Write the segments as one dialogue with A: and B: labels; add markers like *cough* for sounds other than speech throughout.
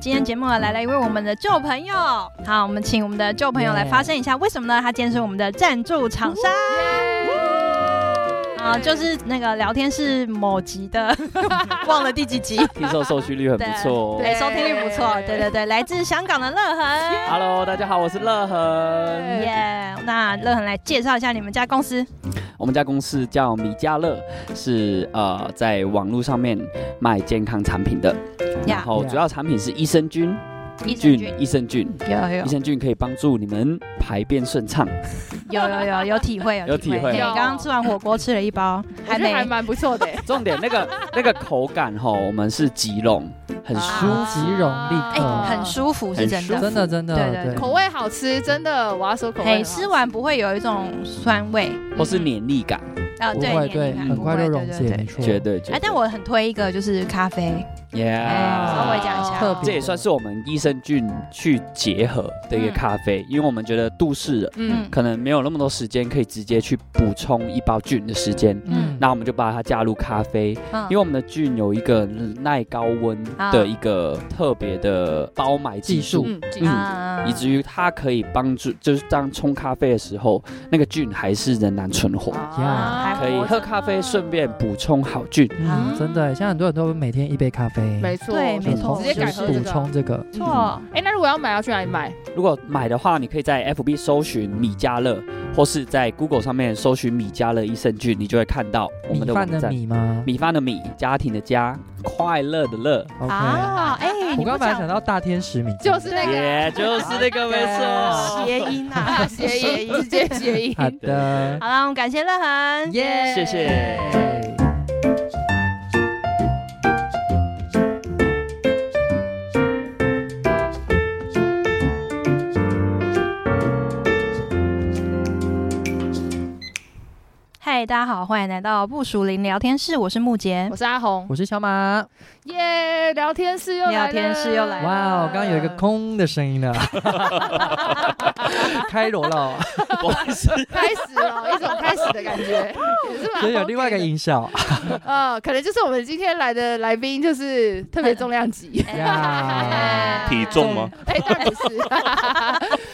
A: 今天节目来了一位我们的旧朋友，好，我们请我们的旧朋友来
B: Yeah
A: 发声一下，为什么呢？他今天是我们的赞助厂商。啊，就是那个聊天室某集的，忘了第几集，
B: 听说收视率很不错哦。
A: 对，收听率不错，对对对，来自香港的乐
B: *laughs*
A: 恒，
B: Hello，大家好，我是乐恒。
A: 耶，那乐恒来介绍一下你们家公司，
B: 我们家公司叫米家乐，是呃在网络上面卖健康产品的。然
A: 呀，
B: 后主要产品是益生菌，
A: 益生
B: 菌
A: 菌，
B: 益生菌，
A: 有有
B: 益生菌可以帮助你们排便顺
A: *laughs*
B: 畅。
A: 有有有有体会，
B: 有体会
A: 嘿刚刚吃完火锅吃了一包，
C: 我
A: 还
C: 觉得
A: 没
C: 还蛮不
A: *laughs*
C: 错的欸，
B: 重点那个那个口感吼，我们是吉隆，很舒
D: 啊即溶
A: 哎、
D: 立刻嗯
A: 很舒服是真
B: 很舒
A: 的。
B: 服
D: 真的真的
A: 对对对
C: 口味好吃，真的，我要说口味
A: 哎，
C: 很好吃。
A: 吃完不会有一种酸味
B: 或是黏腻感，
A: 啊，
D: 不
A: 对，黏
D: 会
A: 腻
D: 对，
A: 感
D: 很
A: 不
D: 快
A: 会
D: 就
A: 对
D: 溶
A: 对
D: 解，
A: 对
D: 没错。
B: 绝对绝
A: 哎，
B: 对。
A: 但我很推一个就是咖啡，哎，稍微
B: Yeah，
A: 讲一下，
D: 特别
B: 这也算是我们益生菌去结合的一个
A: 嗯
B: 咖啡，因为我们觉得都市人
C: 嗯，
B: 可能没有那么多时间可以直接去补充一包菌的时间，
A: 嗯
B: 那我们就把它加入咖啡，
A: 嗯
B: 因为我们的菌有一个耐高温的一个特别的包埋技术。
C: 嗯，继续
B: 嗯
A: 啊
B: 以至于它可以帮助，就是当冲咖啡的时候，那个菌还是仍然存活，
A: 啊
C: 啊
A: 还
B: 可以喝咖啡顺便补充好菌。
A: 啊
D: 嗯，真的，现在很多人都每天一杯咖啡，
C: 没错，
A: 对
D: 就
A: 没错
C: 直接改喝
D: 就
C: 这
D: 是补
C: 个。
D: 充这个。
A: 不嗯错，
C: 哎，那如果要买，要去哪里买？
B: 如果买的话，你可以在 FB 搜寻米加乐，或是在 Google 上面搜寻米加乐益生菌，你就会看到我
D: 米
B: 们的
D: 饭
B: 网
D: 的
B: 站。
D: 米吗
B: 米饭的米，家庭的家，快乐的乐，
D: ？OK。
A: 啊，哎，你
D: 我
A: 不
D: 刚刚本来想
A: 讲
D: 到大天
A: *laughs*
D: 使米，
C: 就是那个
B: 也就是那个没错。
A: 谐音啊
C: 啊，，
A: *laughs*
C: 谐音，直接谐音。
D: 好的，
A: 好了，我们感谢乐恒，
C: 耶
B: 谢谢。
A: 嗨，大家好，欢迎来到不熟林聊天室，我是木
C: *laughs*
A: 杰
C: 我。是阿红，
D: 我是小马。
C: 耶！聊天室又来了，
A: 聊天室又来了
D: 哇，哦我刚刚有一个空的声音了，开锣了哦，
B: 我是
C: 开始了，一种开始的感
D: *laughs*
C: 觉，也是蛮
D: 所以有另外一个
C: OK
D: 音效。
C: 的呃，可能就是我们今天来的来宾就是特别重量级，
D: 呀
E: 体重吗？
C: 哎，当然不是。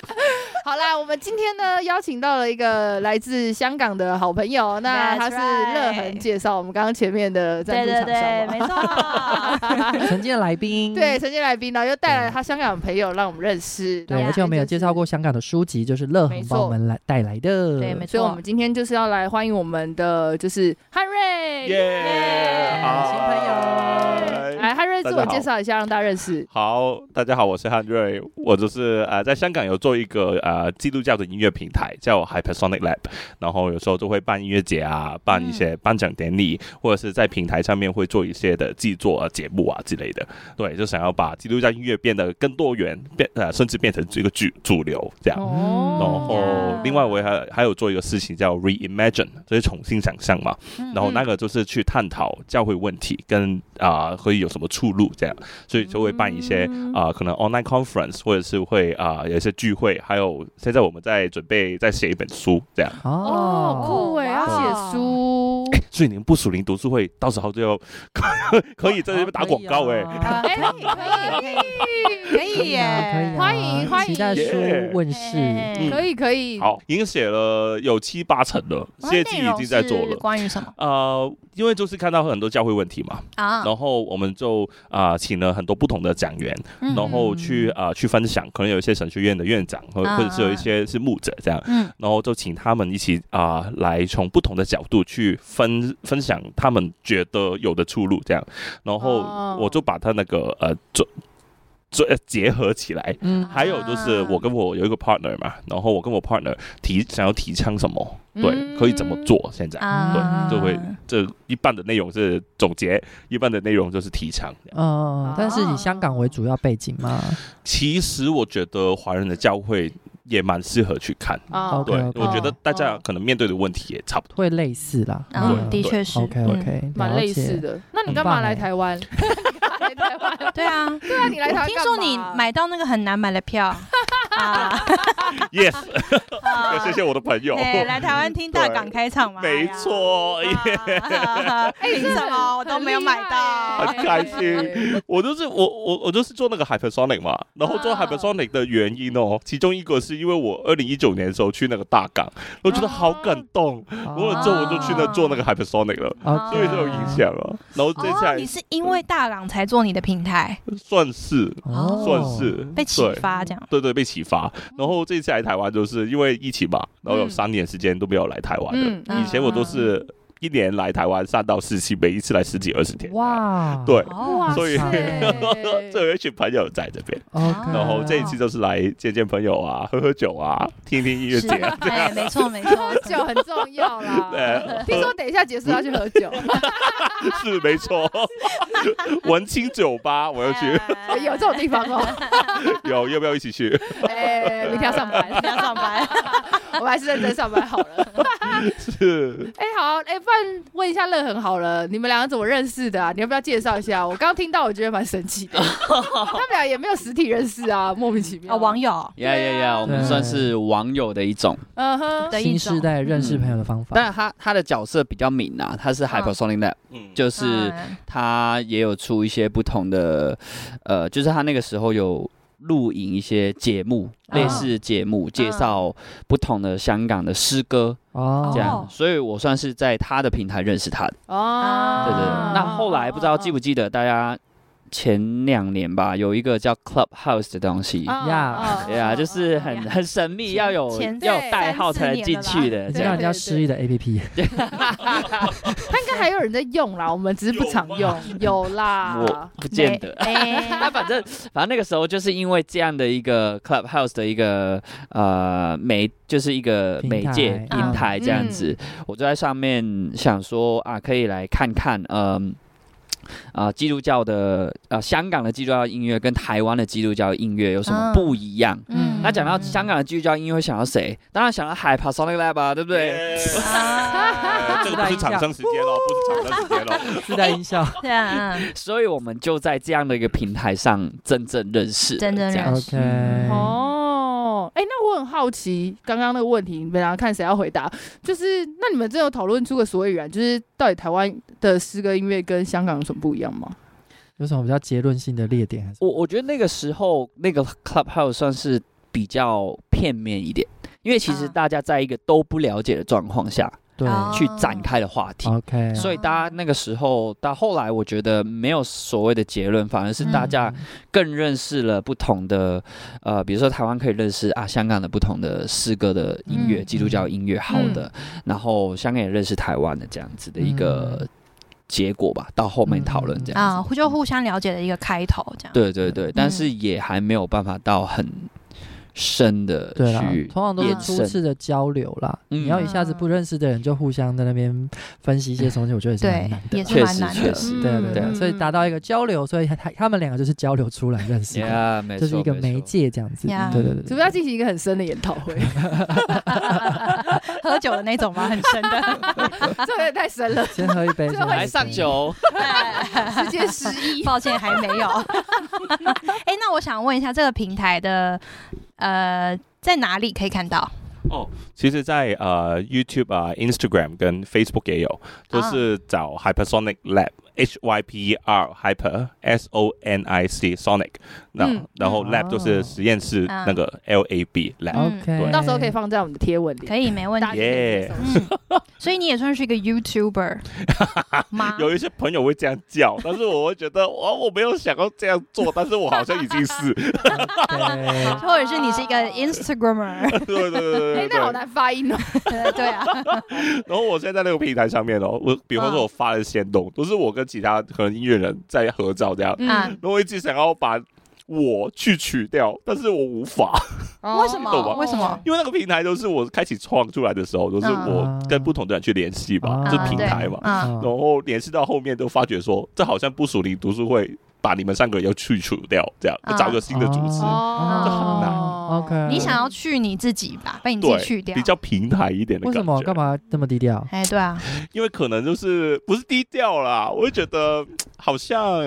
C: *laughs* 好啦，我们今天呢邀请到了一个来自香港的好朋友，那
A: That's
C: 他是乐恒
A: right
C: 介绍我们刚刚前面的赞
A: 对
C: 助
A: 对
C: 厂
A: 对
C: 商，嘛
A: 没
D: *laughs*
A: 错，
C: *laughs*
D: 曾经的来宾，
C: 对，曾经来宾呢又带来他香港的朋友让我们认识，
D: 对，
A: 呀
D: 而且我们有介绍过香港的书籍，就是乐
C: 没
D: 恒
C: 错
D: 帮我们来带来的。
A: 对，没
C: 所以我
A: 错
C: 们。今天就是要来欢迎我们的就是汉瑞，
E: 耶！好
D: 新
E: 朋
C: 哎来汉瑞自我介绍一下，让大家认识。
E: 好，大家好，我是汉瑞，我就是呃，在香港有做一个呃基督教的音乐平台，叫 Hypersonic Lab，然后有时候就会办音乐节啊，办一些颁奖典礼，或者是在平台上面会做一些的制作啊、节目啊之类的。对，就想要把基督教音乐变得更多元，变呃，甚至变成这个主主流这样。
D: 哦
E: 然后，另外我还还有做一个事情叫 reimagine，就是重新想象嘛。
A: 嗯
E: 然后那个就是去探讨教会问题跟啊、可以有什么出路这样，所以就会办一些
C: 嗯
E: 啊、可能 online conference 或者是会啊、有一些聚会，还有现在我们在准备再写一本书
A: *laughs*
E: 这样，
C: 哦，
D: 哦，
C: 酷哎，
A: 哇
C: 要写书。
E: 所以你们不属灵读书会到时候就 *laughs* 要可以在那边打广告
A: 哦
E: 哎、
D: 啊
C: 哎，可
A: 可
C: 以，
A: 以
D: 可以
A: 耶
D: 啊，
C: 欢迎欢迎
D: 期待书问
A: 哎
D: 世。
A: 嘿
C: 可以，可以。
E: 嗯好，已经写了有七八成了，
A: 哇
E: 现在自己
A: 内
E: 已
A: 容
E: 经在做
A: 是
E: 了。
A: 关于
E: *laughs*
A: 什么
E: 呃，因为就是看到很多教会问题嘛，
A: 啊？
E: 然后我们就啊、请了很多不同的讲员，
A: 嗯
E: 然后去啊、呃去分享，可能有一些神学院的院长，或
A: 啊
E: 或者是有一些是牧者这样，
A: 嗯
E: 然后就请他们一起啊、来从不同的角度去分分享他们觉得有的出路这样，然后
C: 哦
E: 我就把它那个呃做做呃结合起来。
D: 嗯
E: 还有就是我
A: 啊
E: 跟我有一个 partner 嘛，然后我跟我 partner 提想要提倡什么，对，可以怎么
C: 嗯
E: 做？现在
A: 嗯啊，
E: 对就会这一半的内容是总结，一半的内容就是提倡这样。
D: 嗯，但是以香港为主要背景嘛，
E: 哦其实我觉得华人的教会也蛮适合去看，
C: 啊？
E: 对
D: OK，OK
E: 我觉得大家
C: 哦
E: 可能面对的问题也差不多。
D: 会类似啦。啊
A: 嗯，
E: 对
A: 的确是
D: OK
A: 嗯
D: OK，
C: 蛮类似的。那你干嘛
E: 欸
C: 来台 *laughs* 湾？来台湾？
A: 对啊。
E: *laughs*
C: 对啊，你来台湾
A: 听
C: 干嘛
A: 说你买到那个很难买的票，啊，
E: Yes，
A: 啊
E: 谢谢我的
A: *laughs*
E: 朋友。
A: 对，来台湾听大港开场嘛，
E: 没错
A: *laughs* 哎呀，哎，凭什
C: 哦
A: 么我都没有买到
C: *laughs*
E: 很？开
C: 哎
E: 心我就是我我我就是做那个 hypersonic 嘛，然后
A: 嗯
E: 做
C: 啊
E: hypersonic 的原因哦，其中一个是因为我二零一九年的时候去那个大港，我觉得好感动，
A: 哦
E: 我了之后我就去那做那个 hypersonic 了，
D: 哦
E: 所以就有影响了。然后接下
A: 啊哦，
E: 来
A: 你是因为大港才做你的平台，
E: 算是
D: 哦
E: 算是
A: 被启发这样。
E: 对对被启发，然后这次来台湾就是因为疫情嘛，然后有三年时间都没有来台湾了。
C: 嗯
A: 嗯
E: 以前我都是一年来台湾三到四次，每一次来十几二十天。
D: 哇，哎
E: 对
A: 哦
E: 所以
D: *laughs* 哇塞
E: *laughs* 这有一群朋友在这边，
D: ，OK，
E: 然后这一次就是来见见朋友啊，喝喝酒啊，听听音乐节啊。
A: 哎，没错
E: *laughs*
A: 没错
C: 喝，酒很重要啦
E: 对。
C: 听说等一下结束要去喝 *laughs* 酒，
E: 是没错， *laughs* 文青酒吧我要
A: *laughs*
E: 去，
A: 哎
C: 有这种地方 *laughs* 哦。
E: 有要不要一起去？
C: 哎，明天要上班，
A: 明天要上
E: *laughs*
A: 班，
C: 我还是认真上班好了。
E: 是
C: 哎，好，哎，不然问一下乐恒好了，你们两个怎么认识的啊？你要不要介绍一下？我刚听到，我觉得蛮神奇 *laughs* 的。他们俩也没有实体认识啊，莫名其妙。
A: 啊，网友
B: 呀呀呀，我们算是网友的一种，
C: 嗯哼，
A: 的一
D: 新时
A: 种，
D: 代认识朋友的方法，
B: 但是他他的角色比较敏啊，他是 Hypersonic Lab，
E: 嗯，
B: 就是
A: 嗯
B: 他也有出一些不同的，呃，就是他那个时候有录影一些节目，
A: 哦
B: 类似节目介绍不同的香港的诗歌
D: 哦，
B: 这样，所以我算是在他的平台认识他的。
C: 哦，
B: 对对，对
A: 啊
B: 那后来不知道记不记得大家前两年吧，有一个叫 Clubhouse 的东
C: 哦
B: 西。
D: 呀
B: *laughs* 对啊，就是很很神秘，
A: 前
B: 要有
A: 哎前
B: 要
A: 对
B: 有代号才能进去的
D: 已
B: 这
D: 经
C: 三
D: 让
B: 样
C: 四
D: 人家失忆的 APP，
C: *laughs* 他应该还有人在用啦，我们只是不常用。有啦
B: 我，不见得。那
A: 哎，
B: 反正反正那个时候就是因为这样的一个 Clubhouse 的一个呃媒，就是一个媒介
D: 平台啊
B: 平台这样子，
A: 嗯
B: 我就在上面想说啊，可以来看看，嗯、啊、基督教的啊、香港的基督教音乐跟台湾的基督教音乐有什
A: 嗯
B: 么不一样？
A: 嗯
B: 那讲到香港的基督教音乐，会想到谁？当然想到 Hypersonic Lab 啊，对不对？
A: *laughs*
E: Yeah
A: 啊
E: 呃这个不是厂商时间咯，不是厂商时间哦咯。
D: 自带音效
A: 对啊，嗯
B: 所以我们就在这样的一个平台上真正认识了，
A: 真正
B: 这样
A: 认识哎
D: ，OK，
C: 哦，哎、那我很好奇刚刚那个问题，你们俩看谁要回答？就是那你们真的有讨论出个所以然，就是到底台湾的诗歌音乐跟香港有什么不一样
A: 嗯
C: 吗？
D: 有什么比较结论性的列点？还是
B: 我我觉得那个时候那个 Clubhouse 算是比较片面一点，因为其实
A: 啊
B: 大家在一个都不了解的状况下、
D: 对
A: 哦
B: 去展开的话题。
D: ，OK，
B: 所以大家那个时候到后来，我觉得没有所谓的结论，反而是大
A: 嗯
B: 家更认识了不同的，呃，比如说台湾可以认识啊香港的不同的诗歌的音乐，
A: 嗯
B: 基督教音乐好的，然后香港也认识台湾的这样子的一个
D: 嗯
B: 结果吧。到后面讨论这样子
A: 啊，就互相了解的一个开头，这样。
B: 对对对，但是也还没有办法到很深的
D: 对啦
B: 去，，
D: 通常都是
B: 延
D: 初
B: 伸
D: 次的交流啦。
B: 嗯
D: 你要一下子不认识的人就互相在那边分析一些东西，我觉得也是蛮
A: 对
D: 难，的
A: 也
D: 啦。
A: 是蛮难
B: 确
A: 的。
B: 实
D: 对啊对啊对啊，
C: 嗯
D: 所以达到一个交流，所以他他他们两个就是交流出来认
B: *laughs*
D: 识的，
B: 呀，啊没
D: 就是一个
B: 没
D: 媒
B: 错嗯
D: 介这样子。
A: 呀
D: 对对对
C: 除
D: 对，
C: 非要进行一个很深的研讨会， *laughs*
A: 喝酒的那种吗？很深的，
C: 这个也太深了，
D: 先喝一杯，先喝一
B: 来
D: 杯
B: 上。酒，
C: 直接失忆。
A: 抱歉还没有。哎，那我想问一下，这个平台的呃，在哪里可以看到？
E: 其实在，呃 YouTube 啊、Instagram 跟 Facebook 也有，
C: 啊
E: 就是找 Hypersonic Lab。H Y P E R Hyper S O N I C Sonic，那、
C: 嗯
E: 然后
D: 嗯
E: Lab 就是实验室
A: 啊
E: 那个 L A B
C: 哦
E: Lab，、
A: 嗯
D: OK，
C: 到时候可以放在我们的贴文里，
A: 可以，没问
C: 大家
A: 题。
E: 耶
C: 也可以搜寻
A: 嗯，所以你也算是一个 YouTuber 吗？
E: 有一些朋友会这样叫，但是我会觉得哇，我没有想要这样做，但是我好像已经
C: *laughs*
E: 是，
D: 啊 OK
A: 或者是你是一个 Instagramer？
E: 对对对对
C: 哎
E: 对，
C: 那好
E: 对。
C: 难发音哦。
A: 对啊，
E: 然后我现在在那个平台上面哦，我比方
C: 啊
E: 说我发的先动，都是我跟其他可能音乐人在合照这样，
A: 啊
C: 嗯
E: 然后我一直想要把我去取掉，但是我无法。 *laughs*
A: 为什
E: 懂
A: 么？
E: 吧
A: 为什么？
E: 因为那个平台都是我开始创出来的时候，都是
D: 嗯
E: 我跟不同的人去联系嘛，
D: 啊
E: 这平台嘛，
A: 啊，
D: 嗯
E: 然后联系到后面都发觉说，这好像不属于读书会，把你们三个要去除掉，这样
D: 嗯
A: 啊
E: 找个新的组织，
C: 哦
A: 这很
E: 难
D: OK，
A: 你想要去你自己吧，被你自己
E: 对
A: 去掉
E: 比。较平台一点的
D: 为什
E: 感
D: 么
E: 觉。
D: 干？嘛这么低调？
A: 哎，对啊，
E: 因为可能就是不是低调啦，我会觉得好像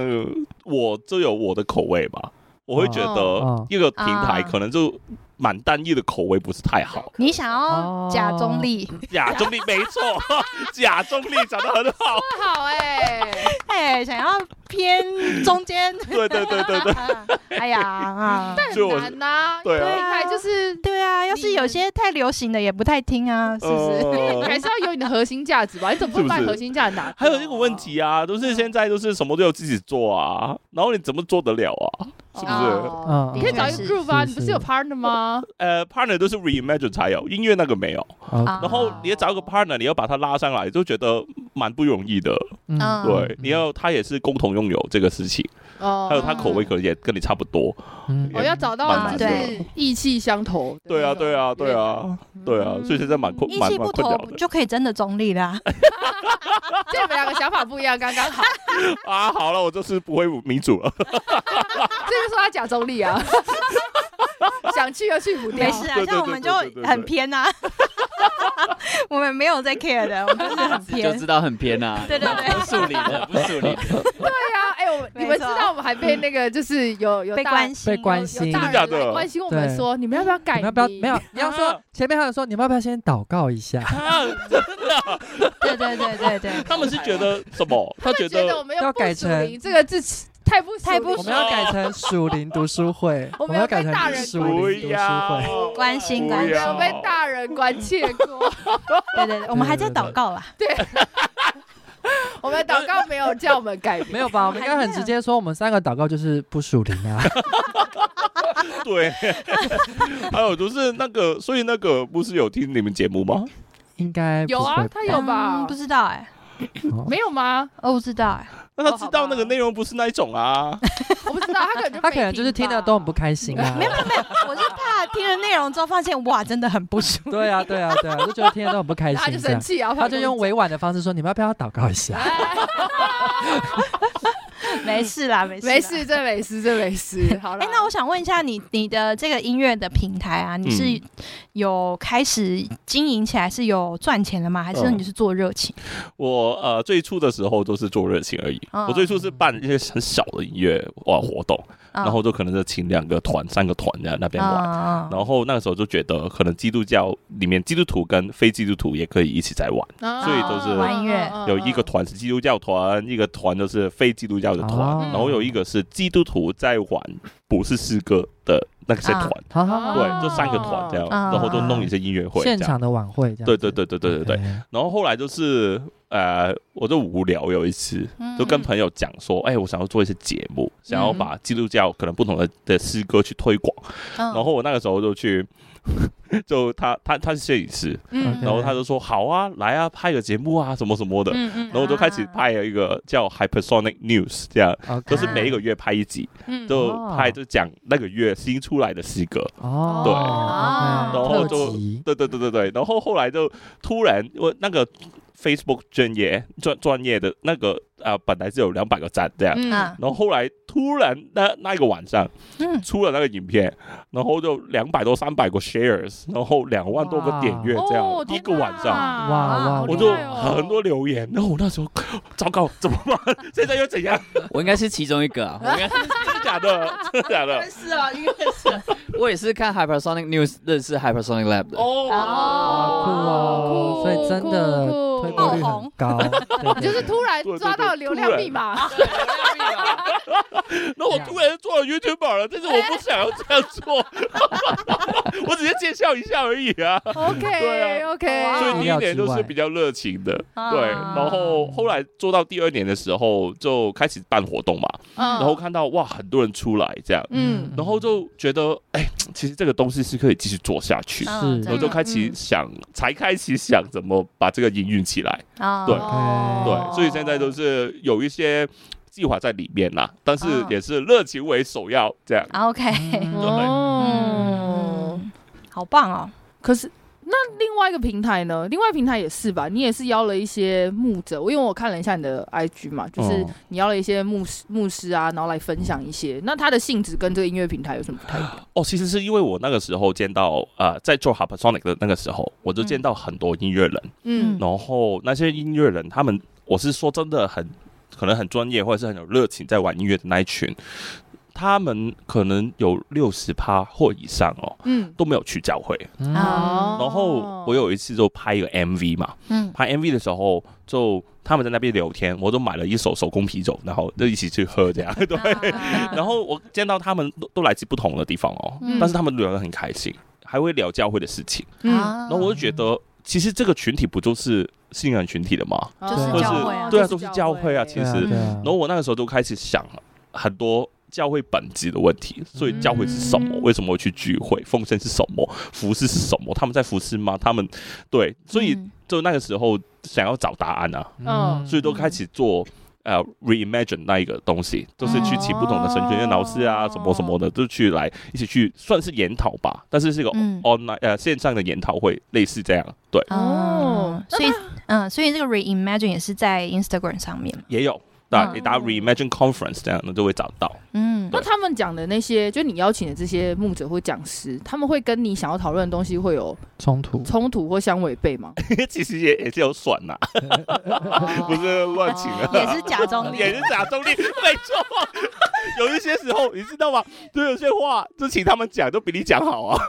E: 我就有我的口味吧，我会觉
C: 哦
E: 得
D: 哦嗯
E: 一个平
A: 啊
E: 台可能就。蛮单一的口味不是太好。
A: 你想要假中立，
E: 假中立没错， *laughs* 假中立讲的很好。
C: 好哎、
A: 哎、想要偏中间，
E: 对对 *laughs* 对对对，
A: *laughs* 哎呀啊，
E: 所以我
C: 难呐、
E: 对啊
A: 对
C: 品牌
A: 啊，
C: 就是
A: 对啊，要是有些太流行的也不太听啊，是不是？
C: 你还
E: 呃
C: 是要有你的核心价值吧？你怎么
E: 是
C: 会
E: 不
C: 把
E: 是
C: 核心价值拿？
E: 还有一个问，题啊，都是现在都是什么都要自己做啊，然后你怎么做得了啊？是不是
A: 哦
D: 嗯
C: 你可以找一个
A: 的确是
C: group 啊，
D: 是
C: 你不是有 partner 吗？
E: 呃，partner 都是 reimagine 才有，音乐那个没有。
A: 啊
E: 然后你要找一个 partner，你要把他拉上来，就觉得蛮不容易的。
D: 嗯
A: 嗯
E: 对，你要他也是共同拥有这个事情，
C: 哦
E: 还有他口味可能也跟你差不多。
D: 嗯
C: 我要找到啊
A: 蛮难
C: 就
A: 的
C: 是意气相投。
E: 对啊，对啊，对， *laughs* 啊，
C: 嗯
E: 对啊，所以现在蛮困
A: 意
E: 蛮
A: 气
E: 蛮
A: 不
E: 困
A: 投
E: 扰的
A: 就可以真的中立啦。
C: *laughs* 这你们两个想法不一样，刚刚好。 *laughs*
E: 啊。好了，我就是不会民主了。
C: 这就是他假中立啊， *laughs* 想去就去不掉。
A: 没事啊
E: *laughs* 对，对
A: 像我们就
E: 对对对对
A: 很偏啊， *laughs* 我们没有在 care 的，我们就是很
B: 就
E: *laughs*
A: 偏
B: 知。道很偏啊。
A: 对对对
B: 不树理的，不树理。
C: 对啊，哎、我你们
A: 没
C: 知
A: 错
C: 道我们还被那个就是有有
A: 被
C: 大
A: 关心，
D: 被关
C: 有
D: 心，
C: 大
E: 真的假
C: 人
E: 的
C: 来关心我们
D: 对
C: 说，你们要不要改
D: 你们
C: 名？啊
D: 要不要？没有，你要说前面还有说，你们要不要先祷告一下？
C: *laughs*
A: 对对对对对，
E: *laughs* 他们是觉得什么？他觉
C: 觉得我
E: 得
C: 们又
D: 要
C: 不
D: 改
C: 属
D: 成
C: 灵这个字词太不
A: 太不
C: 属
D: 我
C: 灵
D: 们要改成属灵读书会，
C: *laughs* 我
D: 我们
C: 们要
D: 要改成
C: 被大人
D: 属
E: 不
D: 灵读书会。
E: 要
A: 关心
E: 不
A: 关心
E: 要
C: 有被大人关切过。
A: 对对对，我们还在祷告啦。
C: 我们祷告没有叫我们改名，
D: 没有吧？我们应该很直接说，我们三个祷告就是不属灵啊。
E: *laughs* 对，还有就是那个，所以那个不是有听你们节目吗？
D: 应该
C: 有啊
D: 不会
C: 他有吧
A: 嗯不知道哎，
D: 吧
C: 没有吗？
A: 哦，不知道哎，
E: 那他知道那个内容不是那一种啊。
C: 我不知道，他可能
D: *laughs*
C: 就
D: 他可能就是
C: 没
D: 听
C: 吧
D: 的都很不。开心啊。
A: 没有没有没有， *laughs* 我是怕听了内容之后发现哇，真的很不舒服。
D: 对啊对啊对啊，就觉得听的都很不开
C: 然后 *laughs* 他就
D: 心这
C: 生啊
D: 样。
C: 气啊，
D: 他就用
C: 我
D: 委婉的方式说：“你们要不要祷告一下
A: *laughs* 没事啦，没事，
C: *laughs* 没。事，这没事，这没
D: *laughs*
C: 事。好了，
A: 哎，那我想问一下你，你的这个音乐的平台啊，你是有开始经营起来，是有赚钱了吗？还是
E: 嗯
A: 你是做热情？
E: 我呃最初的时候都是做热情而已，
A: 嗯
E: 我最初是办一些很小的音乐哇活动，
A: 嗯
E: 然后就可能就请两个团、三个团在那边玩。
A: 啊，
E: 然后那个时候就觉得，可能基督教里面基督徒跟非基督徒也可以一起在玩，
C: 啊
E: 所以就是
A: 玩音
C: 嗯
A: 乐
E: 有一个，团是基督教团，一个团就是非基督教的团，
D: 哦
E: 然后有一个是基督徒在玩不是诗歌的那
A: 嗯
E: 些团，？”
D: 好好
C: 啊
D: 好，
A: 哦
E: 对，就三个团这样，
A: 啊
E: 然后就弄一些音乐会这
D: 现
E: 样。
D: 场的晚会这样。
E: 对对对对对对对。
D: 对，
E: 然后后来就是呃，我就无聊有一次，
A: 嗯
E: 就跟朋友讲说，哎、我想要做一些节目，想要把基督教可能不同的的诗歌去推广。
A: 然
E: 然后我那个时候就去， *laughs* 就他他他是摄影师，
D: 嗯
E: 然后他就说好啊，来啊，拍个节目啊，什么什么的。
A: 嗯嗯
E: 然后我就开始拍了一个叫 Hypersonic News，这样就
D: 都
E: 是每一个月拍一集，
A: 嗯
E: 就
D: 哦
E: 拍就讲那个月新出来的诗歌。
D: 哦，
E: 对
A: 然
E: 后就
D: 特辑
E: 对对对对对，然后后来就突然我那个 Facebook 专业专专业的那个啊、呃本来是有两百个赞这样，
C: 嗯
A: 啊
E: 然后后来突然那那一个晚上
A: 嗯
E: 出了那个影片，然后就两百多三百个 shares，然后两万多个点阅这样，
C: 哦
E: 一个晚上。
D: 哇哇
E: 我就很多留言，然后我那时候， *gasps* 糟糕，怎么办？ *laughs* 现在又怎样？ *laughs*
B: 我应该是其中一个啊，我应该是
E: 真的假的？ *laughs* 真的假的？
C: 是啊，音乐
B: *laughs* 我也是看 Hypersonic News 认识 Hypersonic Lab
E: 哦
B: 的。
C: 哦
D: 哇酷哦，所以真的推
E: 爆
D: 播率很
A: 红
D: 高，对对
C: 就是
D: 对
C: 突然
E: 对对
C: 抓到流量密码，
E: 然后我突然做了 YouTuber 了，但是我不想要这样做， *laughs* 我只是介绍一下而已啊。对啊
C: OK
A: 哇
E: 所以
C: OK，
E: 第一年都是比较热情的，
A: 啊
E: 对。然后后来做到第二年的时候，就开始办活动嘛，
A: 嗯
E: 然
C: 然
E: 后看到哇，很多人出来这样，
C: 嗯
E: 然
D: *laughs*
E: 后就觉得哎，其实这个东西是可以继续做下去。
A: 嗯
E: 然后就开始想，才开始想怎么把这个营运起来。
A: 啊
E: 对
C: 嗯
D: 哦
E: 对，所以现在都是有一些计划在里面啦，但是
A: 啊
E: 也是热情为首要这样。
A: 啊 OK，
D: 嗯
C: 哦。
A: 嗯，好棒哦，
C: 可是那另外一个平台呢？另外一个平台也是吧？你也是邀了一些牧者，我因为我看了一下你的 IG 嘛，就是
E: 哦
C: 你邀了一些牧师、牧师啊，然后来分享一些。那它的性质跟这个音乐平台有什么不太一样？
E: 哦，其实是因为我那个时候见到呃，在做 Hypersonic 的那个时候，我就见到很多音乐人，
A: 嗯
E: 然后那些音乐人他们，我是说真的很可能很专业或者是很有热情在玩音乐的那一群，他们可能有六十趴或以上哦，
C: 嗯，
E: 都没有去教会。
D: 嗯
A: 哦
E: 然后我有一次就拍一个 MV 嘛，
A: 嗯
E: 拍 MV 的时候就他们在那边聊天，我就买了一手手工啤酒，然后就一起去喝这样。 *laughs* *laughs* 对，
A: 啊
E: 然后我见到他们都都来自不同的地方哦，
A: 嗯
E: 但是他们聊得很开心，还会聊教会的事情。
C: 嗯，
A: 啊
E: 然后我就觉得，其实这个群体不就是信仰群体了吗？
A: 就是
C: 哦
A: 教会啊
E: 对啊都是教会啊其
D: 对啊
E: 实
D: 对啊
E: 然后我那个时候就开始想很多教会本质的问题，所以教会是什么？
A: 嗯
E: 为什么会去聚会？奉献是什么？服侍是什么？他们在服侍吗？他们对，所以
A: 嗯
E: 就那个时候想要找答案啊，
C: 嗯
E: 所以都开始做。呃、reimagine 那一个东西，就是去请不同的神学院老师啊，
C: 哦
E: 什么什么的，就去来一起去算是研讨吧，但是是一个
A: 嗯
E: online、呃线上的研讨会，类似这样，对，
A: 哦
C: 哦，
A: 所以嗯，所以这个 reimagine 也是在 Instagram 上面嘛，
E: 也有，那
A: 嗯
E: 你打 reimagine conference 这样的就会找到。 *laughs*
A: 嗯
E: 对
C: 那他们讲的那些，就你邀请的这些牧者或讲师，他们会跟你想要讨论的东西会有
D: 冲突，
C: 冲突或相违背吗？
E: 其实也也是有损呐、
C: 哦
E: 不是啊乱请的
A: 也是假中立
E: 也是假中立，没错。 *laughs* 有一些时候，你知道吗？就有些话，就请他们讲，都比你讲好啊。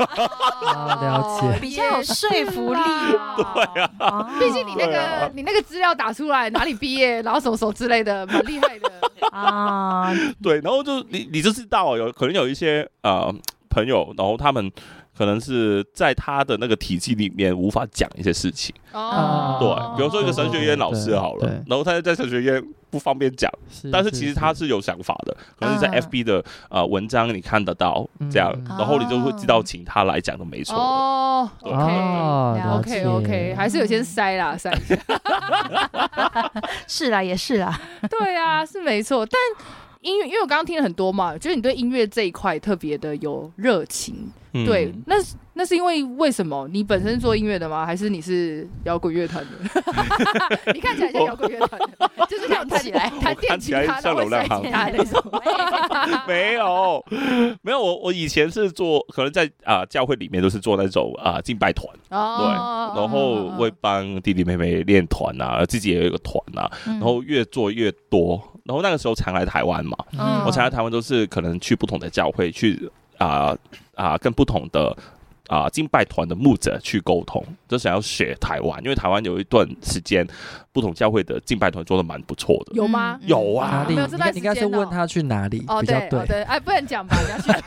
D: 啊了
C: 哦
D: 解
A: 比较有说服力
C: 啊。对啊，
A: 哦
C: *laughs* 毕竟你那个
E: 啊
C: 你那个资料打出来，哪里毕业，然后什么什么之类的，蛮厉害的。
D: *laughs*
A: 啊，
E: 对，然后就你你就知道，哦有可能有一些呃朋友，然后他们可能是在他的那个体系里面无法讲一些事情。
D: 啊
C: 哦，
E: 对，比如说一个神学院老师好
D: 对
E: 了
D: 对，
E: 然后他在神学院不方便讲，但是其实他是有想法的，可能是在
C: 啊
A: 嗯
E: FB 的呃文章你看得到这样，
D: 嗯
E: 然后你就会知道请他来讲的没错了。
C: 啊哦
E: 对
D: 哦
A: 了
D: 了
C: ，OK
D: 解
C: OK，还是有些塞啦塞。
D: *laughs*
A: 是啦，也是啦，
C: 对啊，是没错，但。音乐，因为我刚刚听了很多嘛，就是你对音乐这一块特别的有热情，
E: 嗯
C: 对，那是那是因为为什么？你本身是做音乐的吗？还是你是摇滚乐团的？ *laughs* 你看起来像摇滚乐团的，
E: *laughs*
C: 就是像弹
A: 看起来
C: 弹电吉他，
E: 像
C: 然后
E: 流浪
C: 甩
E: 汉
C: 吉他那种。
A: *laughs*
E: *laughs* 没有，没有。我我以前是做，可能在啊、教会里面都是做那种啊、敬拜团，对，
C: 哦
A: 嗯
E: 然后会帮弟弟妹妹练团啊，自己也有一个团啊，
A: 然
E: 然后越做越多。然后那个时候常来台湾嘛，
A: 嗯
E: 我常来台湾都是可能去不同的教会去啊啊、跟不同的。啊，敬拜团的牧者去沟通，就想要学台湾，因为台湾有一段时间，不同教会的敬拜团做的蛮不错的。
C: 有吗？
E: 有
D: 哪
E: 啊，
D: 里？
C: 没
D: 你
C: 有这段时
D: 应该是
C: 间哦
D: 问他去哪
E: 嗯
D: 里
C: 哦，
D: 比较
C: 对，哦对，哎，不能讲吧，你要去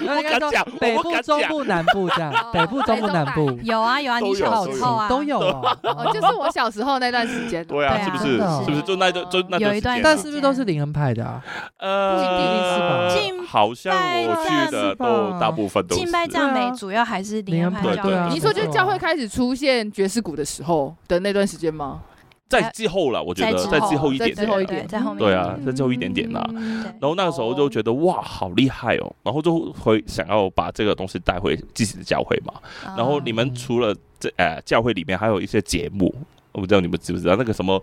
D: 那应该说
E: *laughs* 我不敢讲
D: 北
E: 我
D: 部
E: 不、敢讲
D: 中部、南部这
C: 哦
D: 样，北部、中部、南部
A: 有啊有啊，
E: 都
A: 你
E: 有
A: 小时候啊
D: 都有哦，
C: 哦，就是我小时候那段时间。
E: 对
A: 对
E: 啊，
A: 啊
E: 是不
A: 真
E: 是
D: 的哦？
E: 是不是就那段就那
A: 有
E: 段
A: 一
E: 时
A: 段
E: 间啊？
D: 但是不是都是林恩派的啊？
E: 呃，
D: 不
A: 一定是吧
E: 好像我
D: 敬拜站
E: 去的
D: 是
E: 都
D: 吧
E: 大部分都是
A: 敬拜赞
C: 啊
A: 美主要还是灵恩派
E: 对
A: 教
E: 对
A: 会
E: 啊
C: 你说就是教会开始出现爵士鼓的时候的那段时间吗？哦
E: 在之后了，我觉得
A: 在
E: 呃在
A: 之后
E: 之后一
C: 在
E: 点点
C: 之后一
E: 啊。
C: 点嗯
A: 在后面
E: 对啊，在之后一点点啦。然后那个时候就觉得哇，好厉害哦！然后就会想要把这个东西带回自己的教会嘛。
A: 然
E: 然后你们除了这呃教会里面还有一些节目，我不知道你们知不知道那个什么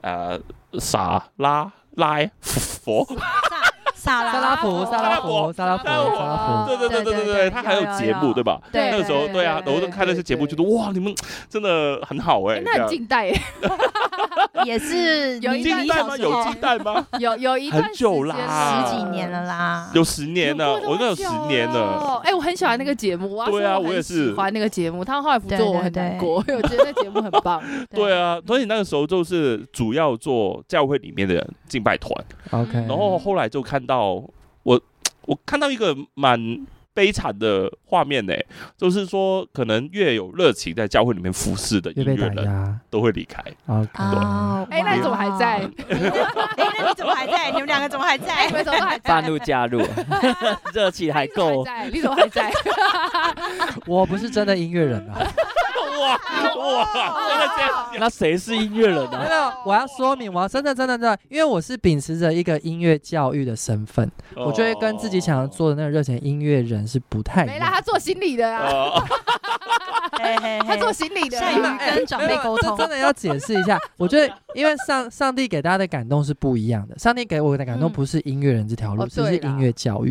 E: 呃撒拉拉佛，
A: *laughs* 萨
D: 萨
A: 拉
D: 拉福、萨拉福、萨拉福、
E: 萨
D: 萨
E: 拉福
D: 拉
E: *laughs* 对
D: 福，
E: 对对对
A: 对
E: 对
A: 对
E: 对，
A: 对
E: 他还有
A: 有有
E: 节目
A: 有
E: 对吧？
A: 对
E: 那个时候对啊，然后就看那些节目，觉得哇，你们真的很好哎
C: 哎，那很
E: 这样
C: 近代耶，
A: 也是
C: 有一
A: 你
C: 段
E: 近
A: 你
E: 代
A: 小
E: 吗？
A: 时
E: 有
A: 候
E: 近代吗？
C: *laughs* 有有一段
E: 很久
C: 时间
E: 啦
C: 了
A: 十几年了啦，
E: 有十年了，
C: 有
E: 我应该有十年了。
C: 哦，哎、我很喜欢那个节目，我要
E: 对啊
C: 说我
E: 我
C: 很
E: 也是
C: 喜欢那个节目。他后来不
A: 对
C: 做，
A: 对
C: 我很难过，因为我觉得那节目很
E: *laughs*
C: 棒。
E: 对啊，所以那个时候就是主要做教会里面的敬拜团，
D: OK，
E: 然后后来就看到我，我看到一个蛮悲惨的画面呢、就是说可能越有热情在教会里面服侍的
D: 又
E: 音
D: 被
E: 乐
D: 打
E: 人
D: 压。
E: 都会离开，
D: OK，
A: 啊，
C: 哎、那你怎么还在？
A: 哇？哎，那你怎么还在？你们两个怎么还
C: 哎、
A: 在
C: 你？们怎么
E: *laughs*
C: 还在？
B: 半路加入， *laughs* 热气还
C: 你怎么
B: 够
C: 还。在？你怎么还
E: *laughs*
C: 在？
D: 我不是真的音乐人啊，
E: 哇哇，真的这样
B: *laughs* 那谁是音乐人啊
D: 没
B: 呢？
D: 有，我要说明，我要真的真的真的，因为我是秉持着一个音乐教育的身份， *laughs*
E: 哦
D: 我就会跟自己想要做的那个热情音乐人是不太一
C: 没啦，
D: 样。
C: 他做心理的啊，
E: 哦。
A: 嘿嘿嘿
C: *laughs* 他做心理的、哎
A: 善
D: *laughs*
A: 于跟长辈沟
D: 哎这
A: 通
D: 真，的要解释一下，我觉得因为上上帝给大家的感动是不一样的，上帝给我的感动
A: 嗯
D: 不是音乐人这条路，
C: 哦
D: 只是
C: 对啦
D: 音乐教育。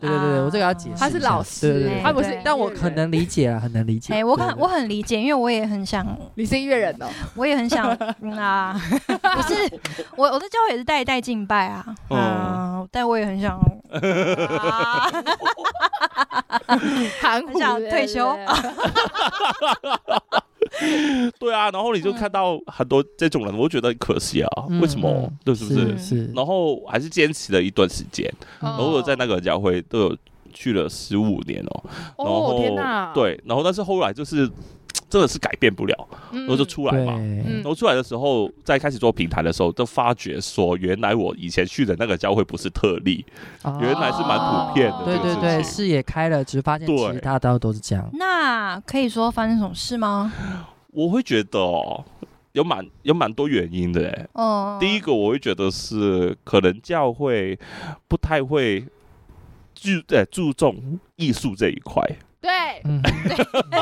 D: 对对对对，我这个要解释一下。
C: 他是老师，
D: 对对对，
C: 他不是
A: 对对，
D: 但我可能理解啊，很能理解。
A: *laughs* 哎，我
D: 对
A: 很我很理解，因为我也很想，
C: 你是音乐人
A: *laughs*
C: 哦、
A: 我也
C: *laughs*
A: 很想嗯啊，不是我我在教会也是带一带敬拜啊，
E: 嗯
C: *laughs*
A: 嗯，但我也很想啊
C: 含糊
A: 很想
C: 对
A: 退
C: 不
A: 休
C: 对
E: *laughs* 对啊，然后你就看到很多这种人，我就觉得很可惜啊，
D: 嗯
E: 为什么？
D: 嗯
E: 对，是不
D: 是
E: 是？
D: 是，
E: 然后还是坚持了一段时间，
C: 哦
D: 嗯
E: 然后我在那个教会都有去了十五年哦，
C: 哦
E: 然后
C: 天哪，，
E: 对，然后但是后来就是真的是改变不了，然后就出来
D: 对，
E: 嘛。
C: 嗯
E: 然后出来的时候，在开始做平台的时候，就发觉说，原来我以前去的那个教会不是特例，
D: 啊
E: 原来是蛮普遍的
C: 哦
D: 对
E: 这个
D: 对
E: 事情。
D: 对，视野开了，只是发现其实
E: 对
D: 大家都都是这样。
A: 那可以说发生什么事吗？
E: 我会觉得哦，有蛮有蛮多原因的欸。
A: 哦，
E: 第一个，我会觉得是可能教会不太会注呃注重艺术这一块。
C: 对
D: 嗯，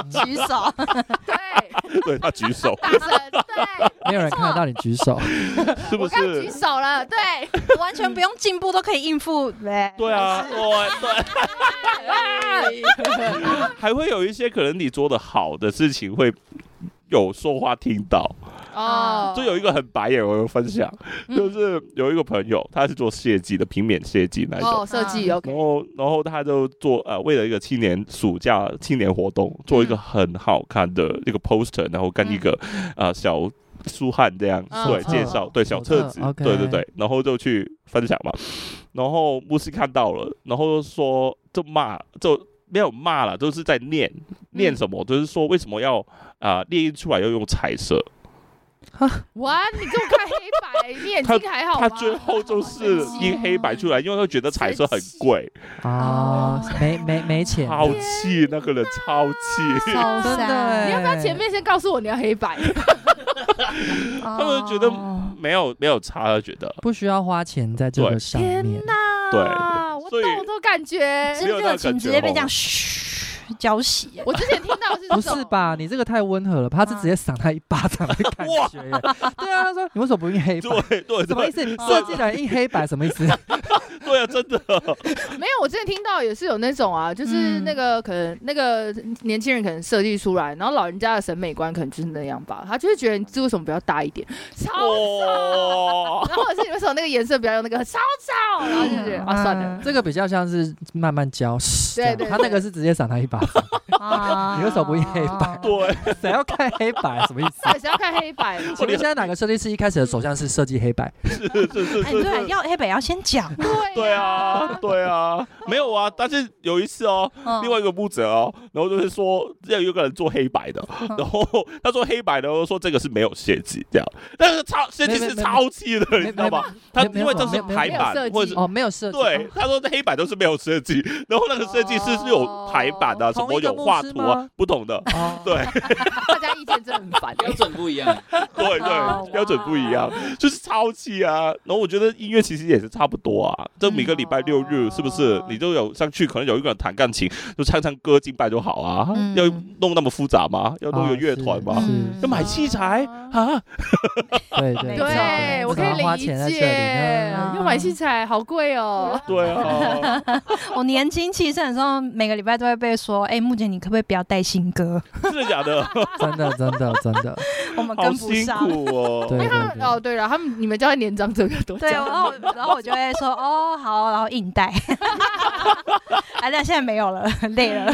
A: 举
E: *laughs*
A: 手，
C: 对，
E: 对他举
C: *laughs*
E: 手，
C: 大神，
E: *laughs*
C: 对，
D: 没有人看得到你举 *laughs* 手，
E: 是不
C: 我刚举
E: 是？
C: 手了，对，
A: 完全不用进步都可以应付呗。
E: 对啊，对对，
A: 哎
E: 还会有一些可能你做的好的事情会有说话听到。
C: *laughs* 哦，
E: 就有一个很白眼，我有分享，
C: 嗯
E: *laughs* 就是有一个朋友，他是做设计的，平面设计那一种。
C: 哦设计
E: 然
C: OK，
E: 后，然后他就做呃，为了一个青年暑假青年活动，做一
C: 嗯
E: 个很好看的一个 poster，然后跟一个、呃小书汉这样、
C: 嗯
E: 对
C: 嗯
E: 介绍，
C: 嗯
E: 对小册子，
D: 嗯，OK
E: 对对对，然后就去分享嘛。然后牧师看到了，然后就说就骂，就没有骂了，就是在念
C: 嗯
E: 念什么，就是说为什么要啊、呃列印出来要用彩色，
C: 哇，你给我看黑
E: *laughs*
C: 白，你眼睛还好吗？
E: 他最后就是
A: 好
E: 印黑白出来，因为他觉得彩色很贵，
D: 啊
A: 哦，
D: 没没没钱，
E: 超气，那个人超
C: *laughs*
E: 气。
A: 真
D: 真的欸，
C: 你
E: 哎
C: 要不要前面先告诉我你要
D: *laughs*
C: 黑白？
A: 他哦
E: 他们觉得没有没有差，他觉得
D: 不需要花钱在这个
E: 对
D: 上面？
C: 天哪，
E: 对
C: 我
E: 所以
C: 懂，我都感觉。
A: 这热情直接被这样 *laughs* 嘘浇熄耶。
C: 我之前听到的是
D: *laughs* 不
C: 这种
D: 是？吧？你这个太温和了，吧他是直接赏他一巴掌的感觉耶。对啊，他说你为什么不印黑白？
E: 对对
D: 什么意
E: 对
D: 思？设计的人印黑白什么意思？
E: *laughs* 对啊，真的，
C: 没有，我之前听到也是有那种啊，就是
A: 嗯
C: 那个可能那个年轻人可能设计出来，然后老人家的审美观可能就是那样吧，他就会觉得你字为什么不要大一点，超吵。
E: 哦，
C: 然后或者是你为什么那个颜色不要用那个超吵，然后就是啊算
A: 嗯
C: 了，
D: 这个比较像是慢慢教，这样
C: 对
D: 他那个是直接赏他一巴掌，
A: 啊
D: 你为什么不黑白
C: 啊
E: 对，
D: *laughs* 谁要看黑白？什么意思？
C: 还是要看黑白
E: *laughs*
C: 嘛。
D: 请问现在哪个设计师一开始的首相是设计黑白？
E: 是是是
A: 哎，
E: 是
A: 对啊，
E: 是，
A: 要黑北要先讲。
E: 对啊对啊，没有啊，但是有一次
C: 嗯
E: 哦，
A: 嗯
E: 另外一个牧者哦，然后就是说要有一个人做黑白的，
C: 嗯
E: 然后他做黑白的，然后说这个是没有设计这样，但是超设计
D: 没
E: 是
D: 没
E: 超气的，
D: 没
E: 你知道吗？他
D: 没
E: 因为这
D: 没
E: 是
D: 有没有
E: 排版
C: 没有设计
E: 或者是。
D: 哦，没有设计。
E: 对，他说这黑板都是没有设计，然后那个设计师是有排版啊，什
D: 哦同
E: 么
D: 一个
E: 有画
D: 牧师
E: 图
D: 吗
E: 啊，
D: *laughs*
E: 不同的，
D: 哦，
E: 对
C: 大家意见真的很烦。
B: 标准不一 *laughs* 样。
E: 对
A: 哦
E: 对，标准不一样，就是超气啊。然后我觉得音乐其实也是差不多啊，就每个礼拜六日是不是
D: 嗯
C: 哦
E: 你都有上去，可能有一个人弹钢琴，就唱唱歌敬拜就好啊
A: 嗯，
E: 要弄那么复杂吗？要弄一个
D: 啊
E: 乐团
D: 是
E: 吗？
D: 是
E: 要买器材啊？
D: 对对
C: 嗯对，我可
D: 干嘛花
C: 以
D: 钱在
C: 理
D: 这
C: 解
D: 里嗯呢。
A: 呢，
C: 要买器材好贵哦。
D: *laughs*
E: 对啊，
A: 我年轻气盛的时候，每个礼拜都会被说：“哎，木姐，你可不可以不要带新歌？
E: 真的假的？
D: 真的真的真
E: *laughs*
D: 的，
A: 我们
E: 好
A: 跟不
E: 辛
A: 上。”
E: 苦哦。
D: 对
C: 哎，
D: 对
C: 他们
D: 对
C: 哦，对了，他们你们教会年长者比较多
A: 对，
C: 讲，
A: 然后我然后我就会说哦好，然后硬带。 *laughs* 哎，但现在没有了， *laughs* 累了，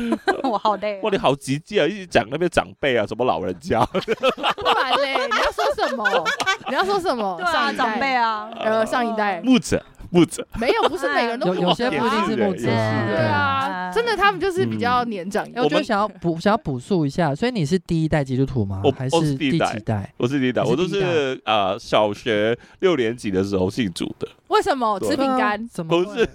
A: 我好累
E: 哇，
A: 哦。
E: 你好急切啊！一直讲那边长辈啊，什么老人家，
C: 不然嘞，你要说什么？ *laughs* 你要说什么？
A: *laughs* 对
C: 上
A: 啊，
C: 一代
A: 长辈啊，
C: 呃，上一代
E: 木者木者，
C: 没有，不是每个人都
D: 嗯有有些
E: 也
D: 不一定
E: 是
D: 是木
E: 人
D: 质
E: 也
A: 是
C: 对
A: 人
C: 啊，
A: 嗯
C: 真的，他们就是比较年长一
D: 哎
C: 点。
D: 我
E: 我
D: 就
E: 们
D: 想要补想要补述一下，所以你是第一代基督徒吗
E: 我？
D: 还
E: 我
D: 是
E: 是第一
D: 第
E: 代
D: 几代？
E: 我是你的，
D: 你是
E: 我都
D: 第一代
E: 是呃小学六年级的时候信主的，
C: 为什么吃
E: 对
C: 饼干？ *laughs*
D: 啊怎么
E: 不
D: 会
E: 是？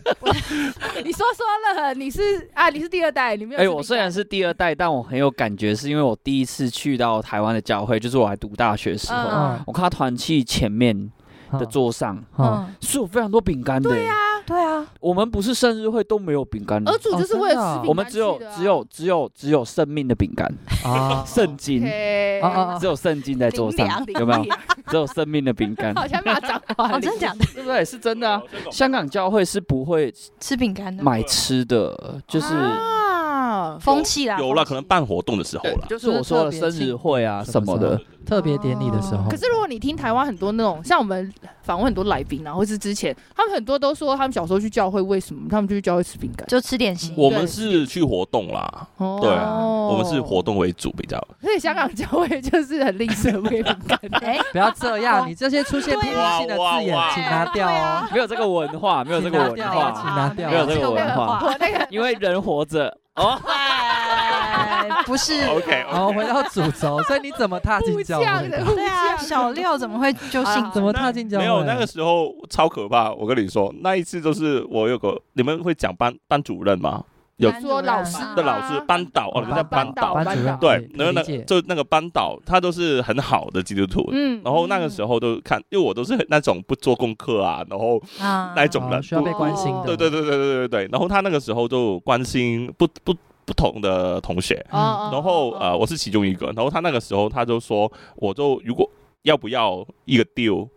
C: 你说说了，你是啊，你是第二代，你没有
B: 哎、
C: 吃饼干。
B: 我虽然是第二代，但我很有感觉，是因为我第一次去到台湾的教会，就是我还读大学的时候，
C: 嗯
B: 我看到团契前面的桌上
D: 嗯啊，
A: 嗯，
B: 是有非常多饼干的、
C: 对啊，
A: 对啊，
B: 我们不是生日会都没有饼干的
C: 而，
D: 哦
C: 主就是为了吃饼干去的啊
B: 我们只有只有只有只有生命的饼干，
D: 啊
B: *laughs* 圣经。
C: OK
D: 啊啊啊啊
B: 只有圣经在桌
C: *laughs*
B: 上，
A: 灵
B: 有没有？只有生命的饼干，
C: 好像骂脏话
A: 哦，，真的假的？
B: 对不对？ *laughs* 是真的啊！香港教会是不会
A: 吃饼干的，
B: 哦买吃的，就是
C: 啊嗯，
A: 风气啦，
E: 有了，
A: 风气
E: 可能办活动的时候了。
B: 就是我说的生日会啊什么的，
D: 特别典礼的时候
A: 哦
C: 可。是如果你听台湾很多那种，像我们访问很多来宾啊，或是之前他们很多都说他们小时候去教会，为什么他们就去教会吃饼干？
A: 就吃点心。
E: 我们是去活动啦，
C: 哦
E: 对啊我们是活，动为主比较。
C: 所以香港教会就是很吝啬不给饼干。
A: 哎，
D: *laughs* 不要
C: 啊
D: 这样，你这些出现批评性的字眼，请拿掉哦。
B: *laughs* 没有这个文化，没
A: *laughs*
B: 有这个
D: 请
B: 文
D: 拿
B: 化
A: 啊
D: 掉，请拿掉
B: 没有这个文化
A: 化，
C: 我那个
B: 因为人活着哦，
A: *laughs* 哎不是 *laughs*
E: OK，哦
D: 然后回到主轴，所以你怎么踏进
C: 互
D: 教
C: 相
D: 会
C: 啊的，
D: 的？
C: 互
A: 对啊，
C: 相
A: 小六怎么会就
C: 好啦
A: 信
C: 好
D: 怎么踏进教会？
E: 没有，那个时候超可怕。我跟你说，那一次就是我有个，你们会讲班班主任吗？有
C: 说老师
E: 的老师
C: 啊
E: 班导，哦，人家班导，
D: 班主任
E: 对，然
D: 理
E: 后呢，
D: 解。
E: 就那个班导，他都是很好的基督徒。
C: 嗯
E: 然后那个时候都看，因为我都是很那种不做功课啊，然后
A: 啊
E: 那一种人
D: 哦需要被关心的，
E: 对对对对对对对。然后他那个时候就关心不不不同的同学，
C: 哦
E: 然后呃，，我是其中一个。然后他那个时候他就说，我就如果要不要一个 deal，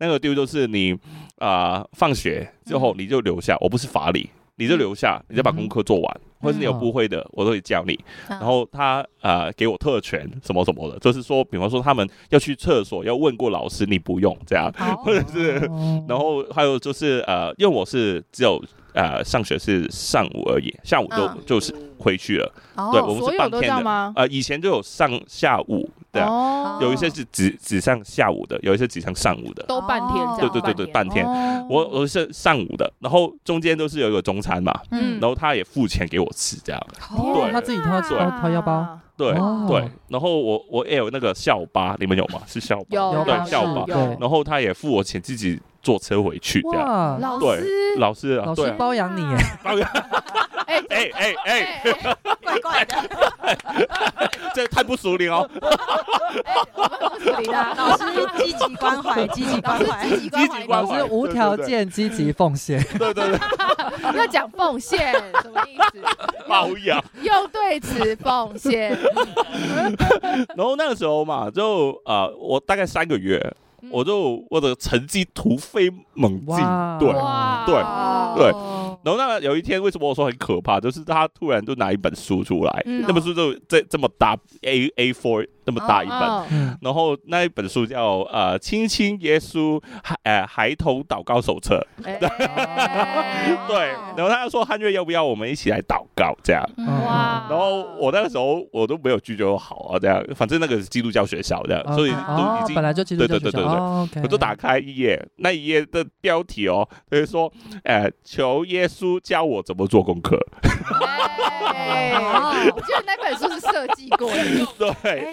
E: 那个 deal 就是你啊、呃放学之后
C: 嗯
E: 你就留下，我不是罚你，你就留下，你就把功课做
C: 嗯
E: 完，或者你有不会的，我都会教你。
A: 嗯
E: 然后他呃给我特权什么什么的，就是说，比方说他们要去厕所要问过老师，你不用这样。
A: 或
E: *laughs* 或者是，然后还有就是呃，因为我是只有呃上学是上午而已，下午就、
A: 嗯
E: 就是回去了。对我
A: 哦
E: 们
C: 所
E: 是
C: 有
E: 半
C: 都这
E: 天
C: 样
E: 的。
C: 吗？
E: 呃，以前就有上下午的，
C: 哦
E: 有一些是只只上下午的，有一些只上上午的。
C: 都半天这样，
E: 对对对对，半天。
C: 哦
E: 我我是上午的，然后中间都是有一个中餐嘛，
C: 嗯
E: 然后他也付钱给我吃这样。
A: 哦
E: 对
D: 他自己掏
E: 对
D: 掏掏腰包，
E: 对
D: 哦
E: 对，然后我我也有那个校巴，你们有吗？是校巴。
C: 有
D: 有
E: 对
C: 有
E: 校巴
C: 有
D: 对
E: 然后他也付我钱，自己坐车回去这样。
D: 哇，
C: 老
E: 对
C: 师，
E: 老师啊，
D: 老
E: 对
D: 师
E: 啊，
D: 包养你耶，
E: *laughs*
C: 哎
E: 哎哎哎，
C: 哎，哎
A: 怪怪的，
E: 这太不熟练哦，
C: 我们不处理他
A: 老师积极关怀，积极关怀，
C: 积极关怀
E: 积极
D: 老
E: 关
D: 师无条件积极奉献，
E: 对对对，
C: 要讲奉献，什么意思？
E: 包养。
C: 用对词奉
E: *laughs*
C: 献。
E: 然后那个时候嘛，就呃，我大概三个月，
C: 嗯
E: 我就我的成绩突飞猛进，
D: 哇
E: 对。
C: 哇，
E: 嗯对对
A: 哦
E: 然后那有一天，为什么我说很可怕？就是他突然就拿一本书出来，
C: 嗯
E: 那本书就这这么大 A A four 那么大一本，
C: 哦
D: 嗯，
E: 然后那一本书叫呃《亲亲耶稣孩呃孩童祷告手册》，
C: 哎
E: *laughs* 对。然后他就说汉月要不要我们一起来祷告这样？
A: 嗯
C: 哇，
E: 然后我那个时候我都没有拒绝，我好啊这样，反正那个是基督教学校这样， *laughs* 所以
D: 哦
E: 都已经
D: 本来就基督教
E: 对
D: 学
E: 对
D: 校
E: 对对对
D: 哦，OK
E: 我就
A: 嗯
E: 打开一页，那一页的标题哦，就是说，呃，求耶稣教我怎么做功课。
A: 哦
C: 哎我觉得那本书是设计过的，
E: 对
A: 哎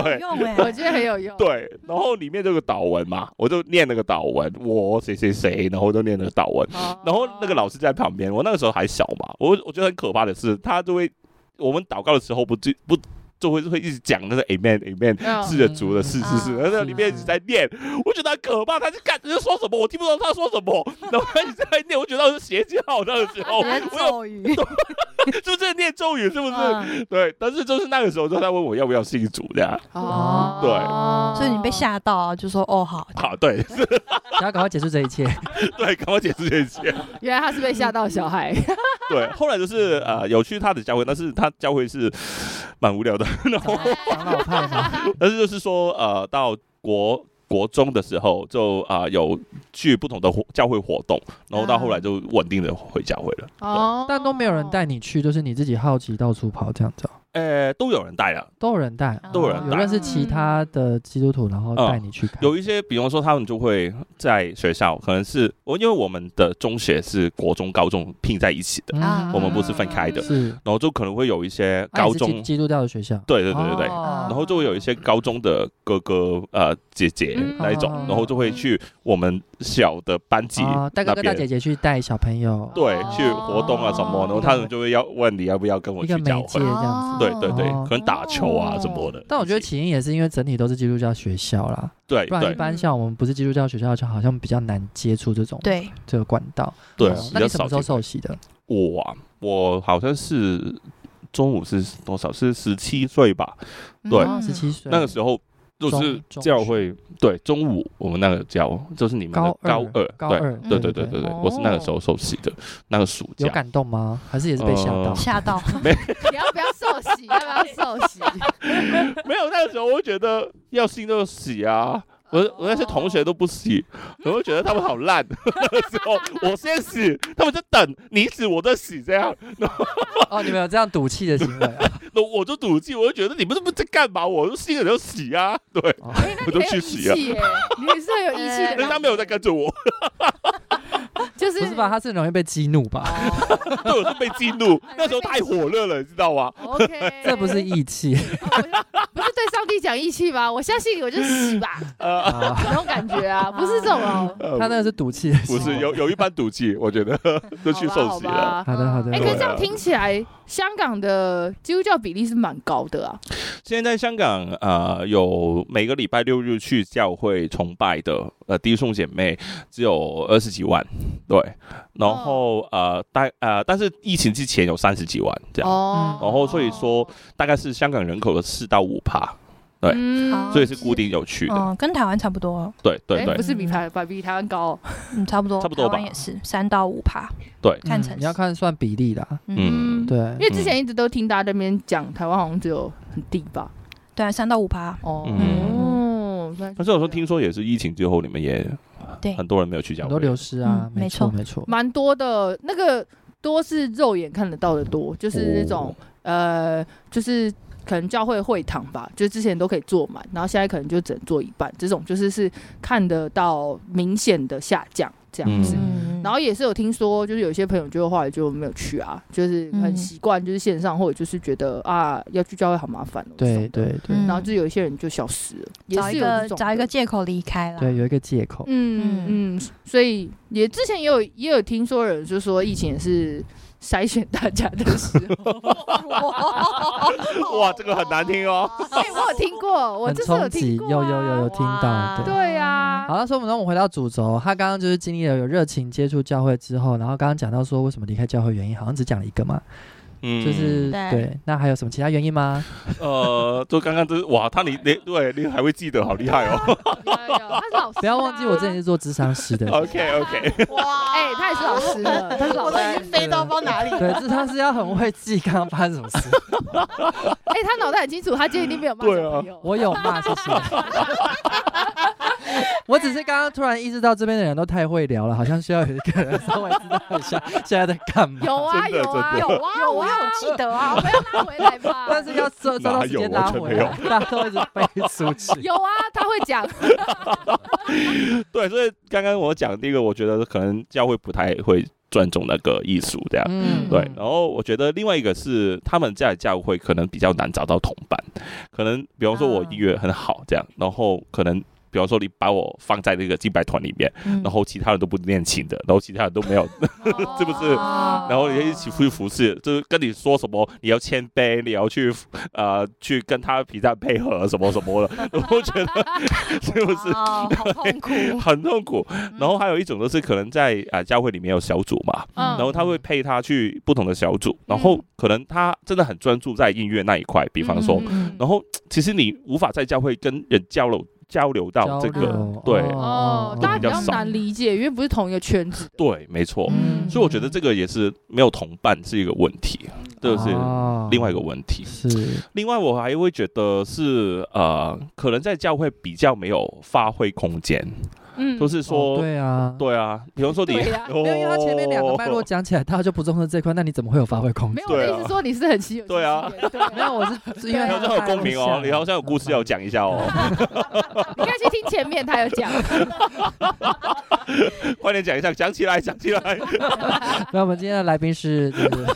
A: 对啊很有
E: 对
A: 用哎
C: 我觉得很有用。
E: 对，然后里面就有个祷文嘛，我就念那个祷文，我谁谁谁，然后就念那个祷文，
C: 哦，
E: 然后那个老师在旁边，我那个时候还小嘛，我我觉得很可怕的是，他就会我们祷告的时候不就不就会会一直讲那个 amen amen。
C: 嗯
E: 是的，主的，是是是，
A: 嗯
E: 啊然后在里面一直在念，我觉得很可怕。他在干，在说什么，我听不懂他说什么，然后他一直在念，我觉得他是邪教。那个时候，我
A: 别
E: 有
A: 咒语，
E: 就是念咒语，是不是？
C: 嗯
E: 对，但是就是那个时候，就他问我要不要信主这样。
C: 哦，
D: 对
A: 所以你被吓到啊，就说哦好，
E: 好，对
D: 想要赶快结束这一
E: *laughs*
D: 切，
E: 对，跟我解释这 *laughs* 些。
C: 原来他是被吓到小孩，
E: 对，后来就是呃，有去他的教会，但是他教会是蛮无聊的。 *laughs* 然后，
D: 长老派嘛，
E: 但是就是说呃，到国。国中的时候就啊、呃有去不同的活教会活动，然后到后来就稳定的回教会了。
C: 哦，
D: 但都没有人带你去，就是你自己好奇到处跑这样子哦，
E: 呃，都有人带了，
D: 都有人带，
E: 都有人
D: 有
E: 带嗯
D: 认识其他的基督徒，然后带你去看，
E: 有一些，比方说他们就会在学校，可能是我因为我们的中学是国中、高中拼在一起
D: 嗯
E: 的，
A: 啊
E: 我们不是分开的，
D: 是
E: 然后就可能会有一些
D: 啊
E: 高
D: 你是基
E: 中，
D: 基督教的学校，
E: 对对对对对，
D: 哦
E: 然后就会有一些高中的哥哥呃姐姐
A: 嗯
E: 那一种
D: 哦，
E: 然后就会去我们小的班级
D: 啊，带哥
E: 那
D: 哥大姐
E: 边。
D: 姐去带小朋友，
E: 对
C: 哦，
E: 去活动啊什么，然后他们就会要问你要不要跟我
D: 一个
E: 去
D: 媒
E: 教
D: 介
E: 会
D: 这，样子。
E: 对对对
D: 哦，
E: 可能打球啊什么的。
D: 但我觉得起因也是因为整体都是基督教学校啦，
E: 对
D: 不然一
E: 哎对
D: 般像我们不是基督教学校，就好像比较难接触这种
A: 对，
D: 这个管道。
E: 对啊
D: 哦，
E: 比
D: 那你什
E: 较
D: 么
E: 少
D: 时候
E: 见。
D: 受洗的？
E: 我啊我好像嗯是中午是多少？是十七岁吧？对
A: 哦嗯
D: 十七岁，
E: 那个时候就是
D: 中中
E: 教
D: 学
E: 会对中午我们那个教就是你们的
D: 高
E: 高
D: 二
E: 二
D: 高
E: 对
D: 二，嗯
E: 对对
D: 对
E: 对对对，
C: 哦
E: 我是那个时候受洗的，那个暑
D: 有
E: 假。
D: 感动吗？还是也是被吓到
E: 呃？
A: 嗯吓到，
E: *laughs*
C: 你要不要受洗？要不要受洗？
E: 没有那个时候，我会觉得要信就洗啊。我我那些同学都不洗，我
D: 哦
E: 就觉得他们好
D: *laughs*
E: 烂。那个时候我先洗，他们就等你洗，我再洗这样。
D: *laughs* 哦，你们有这样赌气的行为啊？
E: 那我就赌气，我就觉得你们这不在干嘛？我就信了就洗啊，对，
D: 哦
E: *laughs* 我就去洗啊。
C: 耶！你也是很有义气的
E: 人
C: 人，
E: 家没有在跟着我，
C: 就是
D: 哎不是吧？他是很容易被激怒 *laughs* 吧？
E: 对，我是被激怒。那时候太火热了，你知道吗？
C: ？OK，
D: *laughs* 这不是义
E: *laughs*
D: 气
C: 哦我就不是对上帝讲义气吧？我相信你，我就洗
D: *laughs*
C: 吧，
E: 呃，
D: 啊！
C: 那种感觉啊，不是这种
D: *laughs*
C: 哦。
E: 呃
D: 他那个是赌气的行
E: 不
D: 为。
E: 是有有一般赌气，我觉得就去受
C: 好
E: 洗啊
C: 吧
E: 了。
C: 好吧
D: 好的好的
C: 哎、可
E: 对
C: 是这样听起来，香港的基督教比例是蛮高的啊。
E: 现在香港呃有每个礼拜六日去教会崇拜的呃弟兄姐妹只有二十几万，对，然后、呃大呃但是疫情之前有三十几万这样，
C: 哦
E: 啊然后所以说，大概是香港人口的四到五趴，对
C: 嗯
E: 所以是固定有去的，
A: 嗯，跟台湾差不多，
E: 对对
C: 哎
E: 对
C: 不是比台比比台湾高哦、
A: 嗯，差不多，
E: 差不多吧
A: 台湾也是三到五趴，
E: 对，
A: 看
D: 嗯
A: 城市
D: 你要看算比例啦。
E: 嗯
D: 对，
C: 因为之前一直都听大家这边讲，台湾好像只有很低吧。
A: 对啊，三到五趴，
C: 哦，
A: 嗯
C: 哦，但
E: 但是有时候听说也是疫情之后，你们也
A: 对
E: 很多人没有去教
D: 很
E: 会，
D: 多流失啊
A: 嗯，
D: 没
A: 没
D: 错
A: 错
D: 没错。
C: 蛮多的，那个多是肉眼看得到的多，就是那种、呃，就是可能教会会堂吧，就之前都可以坐满，然后现在可能就只能坐一半，这种就是是看得到明显的下降这样子。
E: 嗯
A: 嗯，
C: 然后也是有听说，就是有些朋友就后来就没有去啊，就是很
A: 嗯
C: 习惯就是线上，或者就是觉得啊要去教会好麻烦哦。这
D: 对
C: 种的，
D: 对对
A: 嗯
C: 然后就有一些人就消失了，也
A: 找
C: 是
A: 一
C: 有
A: 个
C: 这种
A: 找一个
C: 的
A: 借口离开了，
D: 对，有一个借口。
C: 嗯嗯，所以也之前也有也有听说有人就说疫情也是筛选大家的时
E: *laughs*
C: 候，
E: 哇，这个很难听哦。
C: 哎、我有听过，我
D: 很
C: 就是有
D: 冲
C: 听
D: 击，
C: 过、啊，
D: 有有有有听到，
A: 哇
D: 对。
C: 对啊，
D: 好，那说我们那我们回到主轴，他刚刚就是经历了有热情接触教会之后，然后刚刚讲到说为什么离开教会原因，好像只讲了一个嘛，
E: 嗯
D: 就是
A: 对
D: 对。那还有什么其他原因吗？
E: 呃，就刚刚就是哇，他你你对你还会记得，好厉害哦。，
C: 有有哎他是老师、啊
D: 不要忘记我之前是做智商师的
E: OK OK。
A: *laughs* 哇
C: 哎、他也是老师 *laughs* 的，他是
A: *laughs*
C: 老
A: 我
C: 师，
A: 都已、
C: 哎
A: 经飞到不知道哪里了，
D: 对，智商师要很会记刚刚发生什么事。
C: 哎他脑袋很清楚，他今天一定没有骂
E: 对
C: 小
E: 啊
C: 朋友，
D: 我有骂，谢谢。 *laughs* 我只是刚刚突然意识到这边的人都太会聊了，好像需要有一个人稍微知道一下现在在干嘛。
C: 有啊
E: 真的
C: 有啊
E: 真的
C: 有啊
A: 有
C: 我
A: 啊，我
C: 有
A: 记得啊，
C: 不要拉回来吧，
D: *laughs* 但是要抓抓到时间拉
E: 哪有
D: 回
E: 我
D: 来，大家都一直
E: *laughs*
D: 飞出 *laughs* 去。
C: 有啊，他会讲，
E: 对，所以刚刚我讲第一个，我觉得可能教会不太会尊重那个艺术这样。
A: 嗯
E: 对，然后我觉得另外一个是他们在教会可能比较难找到同伴，可能比方说我
A: 啊
E: 音乐很好这样，然后可能比方说你把我放在那个敬拜团里面，
A: 然
E: 然后其他人都不练琴的，然后其他人都没有， *laughs* 是不是
A: 哦
E: 然后你一起去服侍，就是跟你说什么你要谦卑，你要去呃去跟他比赛配合什么什么的，我
A: *laughs*
E: 觉得是不是
A: 哦，好痛苦，
D: *laughs*
E: 很痛苦？
D: 嗯
E: 然后还有一种就是可能在啊、呃教会里面有小组嘛，
C: 嗯
E: 然后他会配他去不同的小组，
D: 嗯
E: 然后可能他真的很专注在音乐那一块，比方说，
C: 嗯
E: 然后其实你无法在教会跟人交流交流到这
A: 交
D: 嗯
E: 个，
A: 流
E: 对
C: 哦，大家比
E: 比
C: 较
E: 较少
C: 难理解，因为不是同一个圈子。
E: 对，没错。
A: 嗯
E: 所以我觉得这个也是没有同伴是一个问题，
D: 嗯
E: 这是
D: 啊
E: 另外一个问题。
D: 哦是
E: 另外，我还会觉得是呃，可能在教会比较没有发挥空间，
C: 嗯
E: 就是
D: 哦
E: 说，
D: 对啊，
E: 对啊，比方说你，
C: 对啊
E: 哦
D: 没有，因为他前面两个脉络讲起来，大家就不重视这块，那你怎么会有发挥空
C: 没
D: 间
C: 有，？我的
E: 对啊
C: 意思说你是很稀有，
E: 对啊，
C: 对，
D: *laughs* 没有，我是因为
E: 你好
D: 他
E: 像有共鸣哦，你好像有故事
D: *laughs*
E: 要讲一下哦，
C: 你可以去听前面他有讲，
E: *laughs* 快点讲一下，讲起来，讲起来。
D: 那我们今天的来宾是，就是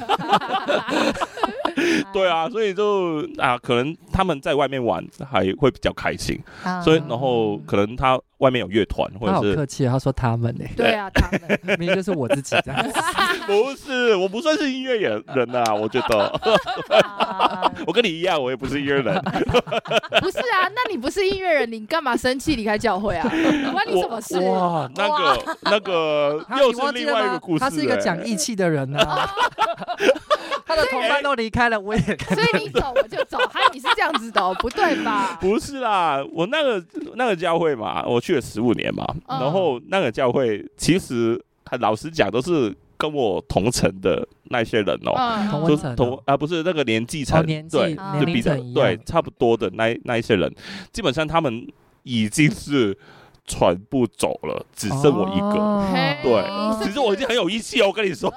E: *laughs* 对啊，所以就啊，可能他们在外面玩还会比较开心，
A: 啊
E: 所以然后可能他外面有乐团或
D: 他好
E: 者
D: 客
E: 是
D: 气哦，他说他们呢，
C: 对啊，他们
D: 明明就是我自己这样
E: *laughs*
D: 子。
E: 不是，我不算是音乐人人啊，我觉得
A: 啊
E: 我跟你一样，我也不是音乐人，
C: 不是啊，那你不是音乐人，你干嘛生气离开教
E: *laughs*
C: 会啊？关你什么事？
E: 我哇，那个那个
D: 他
E: 又
D: 啊你忘
E: 是
D: 记
E: 另
D: 了
E: 外一
D: 吗
E: 个故事、欸，
C: 啊
D: 他是一个讲义气的人呢、啊。他的同伴都离开了，我也看
C: 所以你走我就走，还有你是这样子的哦，不对
E: *laughs*
C: 吧？
E: 不是啦，我那个那个教会嘛，我去了十五年嘛，
C: 嗯
E: 然后那个教会其实很老实讲，都是跟我同城的那些人哦、
C: 嗯
D: 同
E: 就
D: 温
E: 是
D: 层
E: 同
D: 哦
E: 啊，不是那个年纪层，
D: 哦年纪
E: 对，
D: 年
E: 就
A: 龄
E: 比较
D: 层一样
E: 对差不多的那那一些人，基本上他们已经是全部走了，只剩我一个。
C: 嗯嘿
E: 对
A: 哦
E: 其实我已经很有义气哦，我跟你
D: *laughs*
E: 说，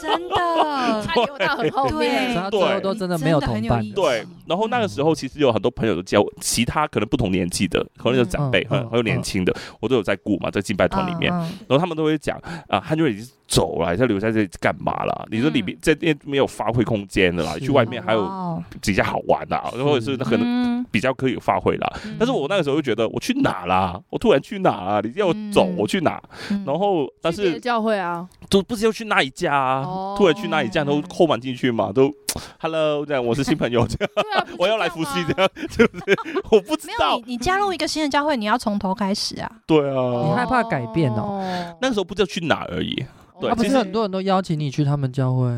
A: 真的，
C: *laughs* 他留到很后面
A: *laughs* 对。
D: 所以他最后都真的没有同伴
A: 你真的很有意义
E: 对。然后那个时候其实有很多朋友都叫我，其他可能不同年纪的，可能有长辈，
D: 嗯嗯啊
E: 还有还有年轻的，我都有在顾嘛，在敬拜团里面。
A: 嗯，嗯
E: 然后他们都会讲啊，汉瑞已经走了，还在留在这里干嘛啦？你这里面这边没有发挥空间的啦，
D: 是
E: 去外面还有
A: 哇哦
E: 比较好玩的，或者是可能
C: 嗯，
E: 比较可以发挥
A: 嗯
E: 啦。但是我那个时候就觉得，我去哪啦？我突然去哪啊？你叫我走，
A: 嗯
E: 我去哪？
A: 嗯
E: 然后，但
C: 去别的
E: 是
C: 教会啊，
E: 都不是又去那一家啊？
C: 哦
E: 突然去那一家都扣满进去嘛？都 Hello 这样，我是新朋友这样，
C: 对啊，不是
E: 我要
C: 这
E: 来
C: 样
E: 伏羲
C: 吗
E: 这样，是不是？我不知
A: 没有
E: 道，
A: 你，你加入一个新的教会，你要从头开始啊。
E: 对
D: *laughs* 你
E: 啊。
D: 害怕改变
C: 哦
E: 那个时候不知道去哪而已，
C: 候
E: 对
D: 啊，不
E: 其
D: 是
E: 实
D: 很多人都邀请你去他们教会，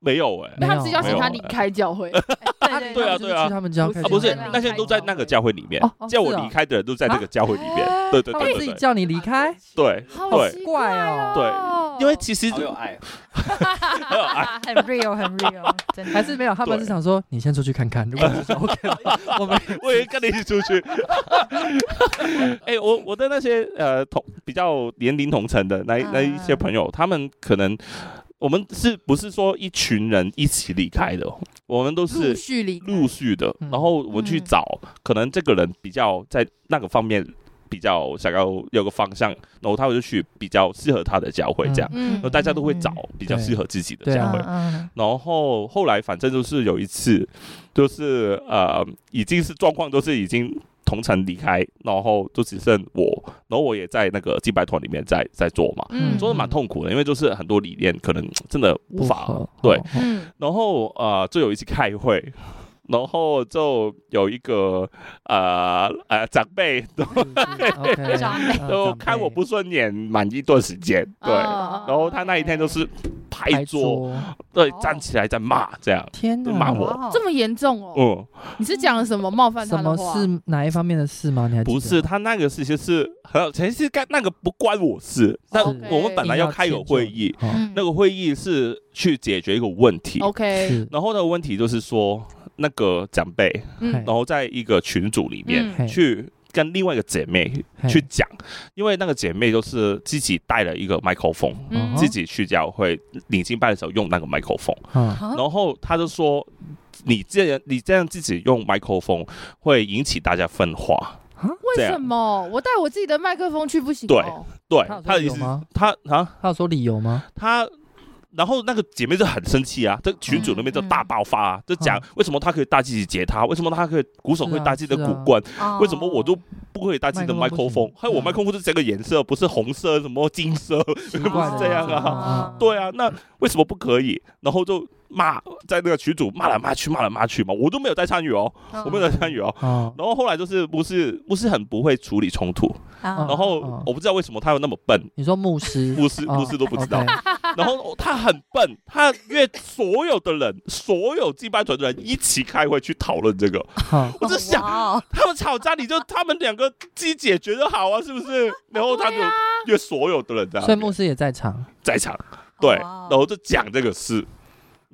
E: 没有哎、
C: 那他们
D: 没
C: 是
D: 有
C: 邀请他
E: 没
C: 离
E: 有
C: 开教会，
A: *laughs* 对
E: *laughs* 对啊
D: 他们就是去他们教会
E: 啊，不是
A: 对啊
E: 那些人都在那个教会里面
D: 哦哦，
E: 叫我
D: 是啊
E: 离开的人都在那个教会里面
A: 啊，
E: 对对
D: 他
E: 对
D: 们
E: 对
D: 自己
E: 对
D: 叫你离开，
E: 对，
C: 好
E: 对
C: 奇
D: 怪哦
E: 对
C: 哦
E: 因为其实
B: 爱，
A: 很 real，很 real，真 *laughs* 的
D: 还是没有，他们是想说你先出去看看，如果是 OK，的我们
E: 我也跟你一起出去。 *laughs* 哎、我我的那些呃同比较年龄同层的那
D: 嗯
E: 一那一些朋友，他们可能我们是不是说一群人一起离开的哦？我们都
C: 陆
E: 是
C: 续离开
E: 陆续的，
D: 嗯
E: 然后我去
A: 嗯
E: 找，可能这个人比较在那个方面比较想要有个方向，然后他们就去比较适合他的教会这样，
C: 嗯
E: 然后大家都会找比较
D: 对
E: 适合自己的
D: 对
E: 教
D: 啊
E: 会。
A: 嗯
E: 然后后来反正就是有一次，就是呃，已经是状况都是已经同城离开，然后就只剩我，然后我也在那个祭拜团里面在在做嘛，
C: 嗯
E: 做的蛮痛苦的，因为就是很多理念可能真的无法。
D: 合哦
E: 对，
C: 嗯
E: 然后呃，就有一次开会。然后就有一个呃呃长辈
D: 啊
E: 都
D: *laughs* ，OK，
A: *laughs* 长
E: 都
A: 哎
E: 看哎我不顺眼，满一段时间，对。
C: 哦
E: 然
C: 哦
E: 后他那一天就是
D: 拍
E: 拍桌，，对，
D: 哦
E: 站起来在骂这样，
D: 天哪，
E: 就骂我
A: 哇哦
C: *laughs* 这么严重哦？
E: 嗯。
C: 你是讲了什么冒犯他
D: 什
C: 的
D: 么
C: 话？
D: 事？哪一方面的事吗？你还记得
E: 不是，他那个事情是很有，其实干那个不关我事。但
D: 是
E: 我们本来要开个会议，
D: 哦
A: 嗯
E: 那个会议是去解决一个问题。
A: 嗯
C: OK，
A: 哎
D: 是
E: 然后那个问题就是说，那个长辈，
C: 嗯
D: 嘿
E: 然后在一个群组里面、
C: 嗯
D: 嘿
E: 去跟另外一个姐妹
D: 嘿
E: 去讲，因为那个姐妹就是自己带了一个麦克风，
D: 嗯
E: 自己去教会领敬拜的时候用那个麦克风。
D: 嗯
A: 啊
E: 然后他就说，你这样你这样自己用麦克风会引起大家分化。这
C: 为
E: 样
C: 什么我带我自己的麦克风去不行
E: 对
C: 哦？
E: 对
D: 他有，说
E: 他的
D: 理
E: 意
D: 由
E: 思
D: 吗？
E: 他啊，
D: 他有说理由吗？
E: 他，然后那个姐妹就很生气啊，这群主那
D: 嗯
E: 边就大爆发、啊，就讲为什么他可以搭自己吉他，为什么他可以鼓手
D: 是
E: 会
D: 啊
E: 搭自己
D: 嗯
E: 的
D: 是
E: 骨
D: 啊哦嗯
E: 管，
A: 哦
E: 为什么我都不可以搭自己的麦
D: 麦
E: 克
D: 克风不
E: 风
D: 行？
E: 还有我麦克风是这个颜色，不是红色，什么金色，
D: 奇
E: 不
D: 怪
E: 是
D: 的
E: 这样
A: 哦
E: 啊？对啊，那为什么不可以？然后就骂，在那个群主骂来骂去，骂来骂去嘛，我都没有在参与哦，我
A: 嗯
E: 没有在参与哦。
D: 哦，
E: 然后后来就是不是不是很不会处理冲突，
A: 嗯
E: 然后
D: 嗯
E: 我不知道为什么他又那么笨，
D: 你说牧师，
E: 牧师
D: 哦
E: 牧师都不知道
D: OK， *laughs*
E: 然后他很笨，他约所有的人，所有祭拜团的人一起开会去讨论这个。 *laughs*
D: 好
E: 我就想，
A: 哇哦
E: 他们吵架，你就他们两个自己解决就好啊，是不
D: *laughs*
E: 是？然后他
C: 啊
E: 就约所有的人在那
D: 啊所以
E: 边，
D: 牧师也在场，
E: 在场，对，
A: 哇哦
E: 然后就讲这个事。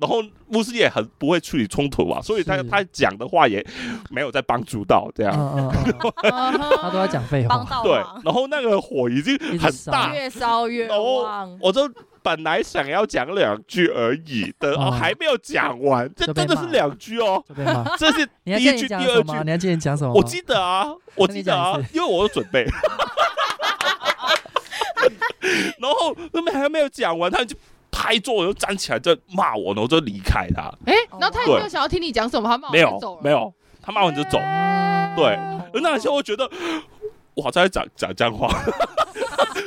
E: 然后牧师也很不会处理冲突啊，所以他
D: 是
E: 他讲的话也没有在帮助到
D: 嗯
E: 这样。
D: 嗯嗯，他
C: 他
D: 都在讲废
A: 帮
D: 话，
A: 到
E: 对
A: 忙，
E: 然后那个火已经
D: 一直
E: 很
D: 烧
E: 大，
C: 越烧越
E: 哦
C: 旺。
E: 我就本来想要讲两句而已的，
D: 哦
E: 哦，还没有讲完，这
D: 就被
E: 真的是
D: 骂
E: 两句哦，
D: 就被
E: *laughs*
D: 骂。 *laughs*
E: 这是
D: 你还
E: 第
D: 记得
E: 一
D: 你
E: 句、第
D: 讲什
E: 二
D: 么？
E: 句，
D: 你还记得你讲什么吗？
E: 我记得
D: *laughs*
E: 啊，我记得啊
D: 那你讲一，
E: 因为我有准备。
D: *laughs*
E: 然后那边还没有讲完，他就拍桌，就站起来就骂我，然后就离开他。
C: 哎，然后他也
E: 对
C: 没有想要听你讲什么，他骂我
E: 没
C: 就走
E: 有
C: 了，哦哎
E: 没有，他骂完就走。对，那时候我觉得我好像在讲讲脏话，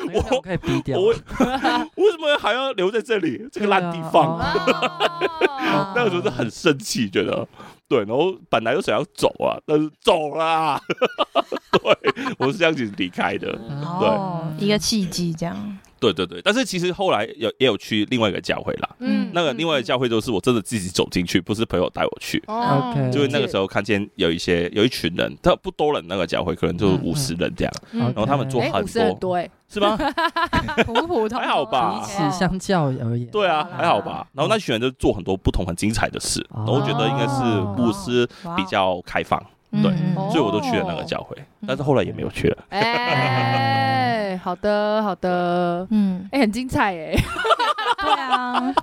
D: 没关系
E: 我
D: 我可以逼掉。
E: 我为什么还要留在这里这个烂地方？
D: 对啊哦
A: 啊
D: *laughs*
E: 那个时候是很生气，觉得对，然后本来就想要走啊，但是走啦， *laughs* 对，我是这样子离开的，
D: 嗯哦
A: 哦，一个契机这样，
E: 对对对，但是其实后来有也有去另外一个教会啦，
A: 嗯
E: 那个另外一个教会都是我真的自己走进去，不是朋友带我去。
C: 哦
D: OK
E: 就是那个时候看见有一些有一群人，他不多人那个教会，可能就
D: 嗯
E: 五十人这样，
C: 嗯
E: 然后他们做
C: 哎，
E: 很
C: 五十很
E: 多，
C: 多哎，
E: 是吗？
A: 普普通通，
E: 还好吧
D: 彼
A: 哦
D: 此相较而言，
E: 对啊
A: 好，啦
E: 还好吧。然后那群人就做很多不同很精彩的事，
D: 哦
E: 然后我觉得应该是牧师
A: 哇哦
E: 比较开放，
A: 嗯
E: 对
A: 嗯
C: 哦嗯
E: 所以我都去了那个教会，但是后来也没有去 *laughs* 了。
C: 哎，好的好
A: *laughs*
C: 的， *laughs*
A: 嗯，
C: 哎，很精彩哎，
A: 对啊，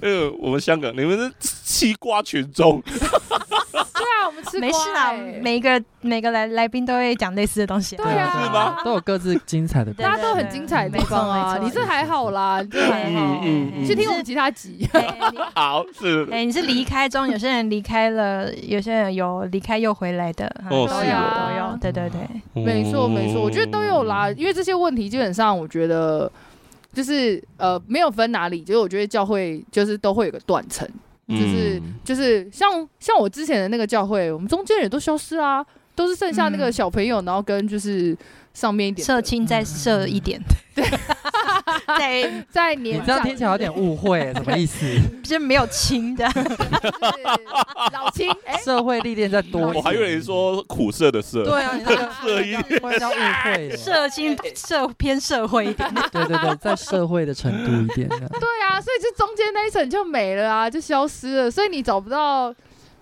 E: 呃，我们香港，你们是吃瓜群 *laughs* 众，
C: 对啊，我们吃欸
A: 没事啦，每个每个来来宾都会讲类似的东西啊。
C: 对啊
E: 是吗
D: 都有各自精彩的故
A: 对
D: 事。
E: 啊
C: 大家都很精彩的地方
A: 没错
C: 啊，
A: 没错
C: 你这还好啦，你这还好，
E: 嗯嗯
C: 去听我们其他集。
A: 哎
C: *laughs*
A: 你
E: 好 *laughs* 是
A: 哎，你是离开中，有些人离开了，有些人有离开又回来的，啊
E: 哦
A: 都
E: 是
A: 有
C: 哦
A: 都有，对对对，
D: 嗯
C: 没错，没错，我觉得都有啦，因为这些问题基本上，我觉得就是呃，没有分哪里，就是我觉得教会就是都会有个断层，
E: 嗯，
C: 就是就是像像我之前的那个教会，我们中间也都消失啊，都是剩下那个
A: 嗯
C: 小朋友，然后跟就是上面一点
A: 社
C: 的
A: 青再社一
C: *laughs*
A: 点，对，
C: 在
D: 你
C: 年
D: 这样
C: 长
D: 听起来有点误
E: *laughs*
D: 会，什么意思？
A: 在就没有亲的，
C: 就是老
A: *laughs*
C: 青哎，
D: 社会历练再多一点，
E: 我还以为
D: *laughs*
E: 你说苦涩的涩，
D: 对啊，你那个
E: 涩一点，
D: 会叫误会的。
A: 社青社偏社会一点，
D: 对对对，在社会的程度一
E: *laughs*
D: 点这样。
C: 对啊，所以就中间那一层就没了啊，就消失了，所以你找不到。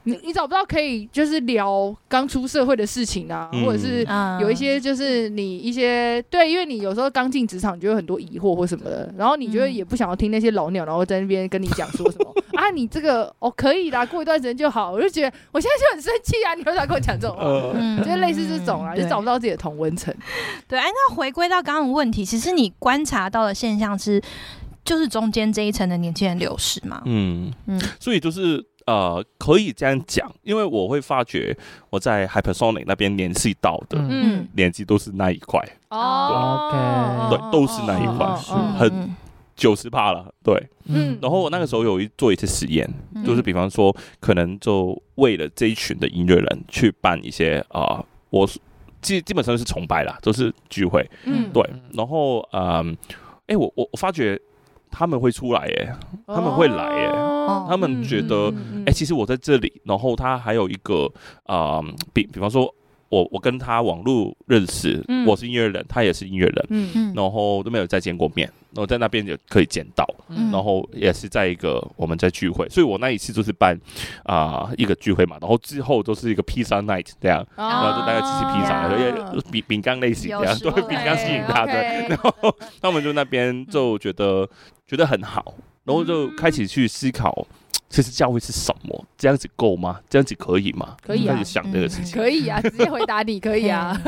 C: 你你找不到可以就是聊刚出社会的事情啊，
E: 嗯
C: 或者是
A: 啊
C: 有一些就是你一些对，因为你有时候刚进职场，你就有很多疑惑或什么的，然后你就会
A: 嗯
C: 也不想要听那些老鸟，然后在那边跟你讲说什么啊，你这个哦可以啦，过一段时间就好。我就觉得我现在就很生气啊，你为啥跟我讲这种话？
E: 呃，
A: 嗯
C: 就是类似这种啊，
A: 对
C: 就找不到自己的同温层。
A: 对，哎，那回归到刚刚的问题，其实你观察到的现象是，就是中间这一层的年轻人流失嘛？
E: 嗯
A: 嗯，
E: 所以就是呃，可以这样讲，因为我会发觉我在 Hypersonic 那边联系到的。
D: 嗯，
C: 嗯，
E: 年纪都是那一块，
C: 哦，
D: 对
C: 哦
E: 都是那一
D: 块
C: 哦
D: 是
C: 哦哦
E: 很九十趴了，对。
C: 嗯
E: 然后我那个时候有一做一次实验，
A: 嗯
E: 就是比方说，可能就为了这一群的音乐人去办一些啊、呃我基基本上是崇拜啦，都是聚会，
C: 嗯，
E: 对。然后嗯，哎、我我我发觉他们会出来耶，他们会来耶
C: 哦
E: 他们觉得
C: 嗯嗯嗯
E: 哎、其实我在这里，然后他还有一个啊、呃比比方说我我跟他网络认识，
C: 嗯
E: 我是音乐人，他也是音乐人，
C: 嗯
A: 嗯
E: 然后都没有再见过面，然后在那边也可以见到。
A: 嗯
E: 然后也是在一个我们在聚会，所以我那一次就是办啊、一个聚会嘛，然后之后都是一个披萨 night 这样，然后就大概吃吃披萨，
A: 啊
C: 哦
E: 然后也饼饼干类型这
A: 有
E: 样，
A: 时
E: 对
A: 候嗯
E: 饼干吸引他，对，
C: 对，
E: 然后他们就那边就觉得觉得很好，然后就开始去思考，其实教会是什么？这样子够吗？这样子可以吗？
C: 可以啊
E: 开始想这个
A: 嗯
E: 事情，
C: 可以啊，直接回 *laughs* 答你可以啊。，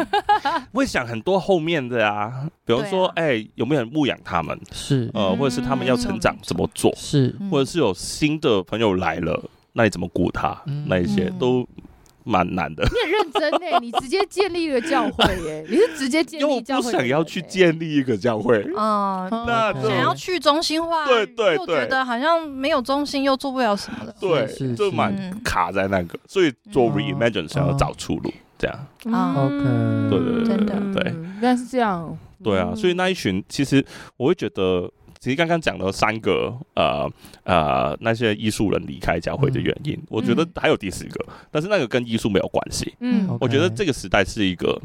E: 会想很多后面的啊，比方说，哎、有没有人牧养他们？
D: 是
E: 呃，或者是他们要成长怎么做？
D: 是，
A: 嗯
E: 或者是有新的朋友来了，那你怎么顾他？
D: 嗯
E: 那一些
A: 嗯
E: 都蛮难的，
C: 你很认真呢、你直接建立了教会耶、 *laughs* 你是直接建
E: 因为我
C: 立教
E: 不
C: 会、欸
E: 想要去，建立一个教会。
A: 嗯，
C: 嗯
E: 那
D: 嗯
E: 这
A: 想要
E: 种
A: 去中心化，
E: 对对
A: 又
E: 对
A: 觉得好像没有中心又做不了什么
E: *laughs*
A: 的，
D: 是
E: 对
D: 是
E: 就是蛮
A: 嗯，
E: 卡在那个，所以做
A: 嗯
E: reimagine 想要
D: 哦
E: 找出路，这样
C: 嗯
D: OK
E: 对
A: 对
E: 对
A: 对
E: 对对，
C: 原来是这样。
E: 对啊。所以那一群其实我会觉得，其实刚刚讲了三个呃呃那些艺术人离开教会的原因，我觉得
A: 嗯
E: 还有第四个，但是那个跟艺术没有关系。
A: 嗯
D: OK 嗯
E: 我觉得这个时代是一个，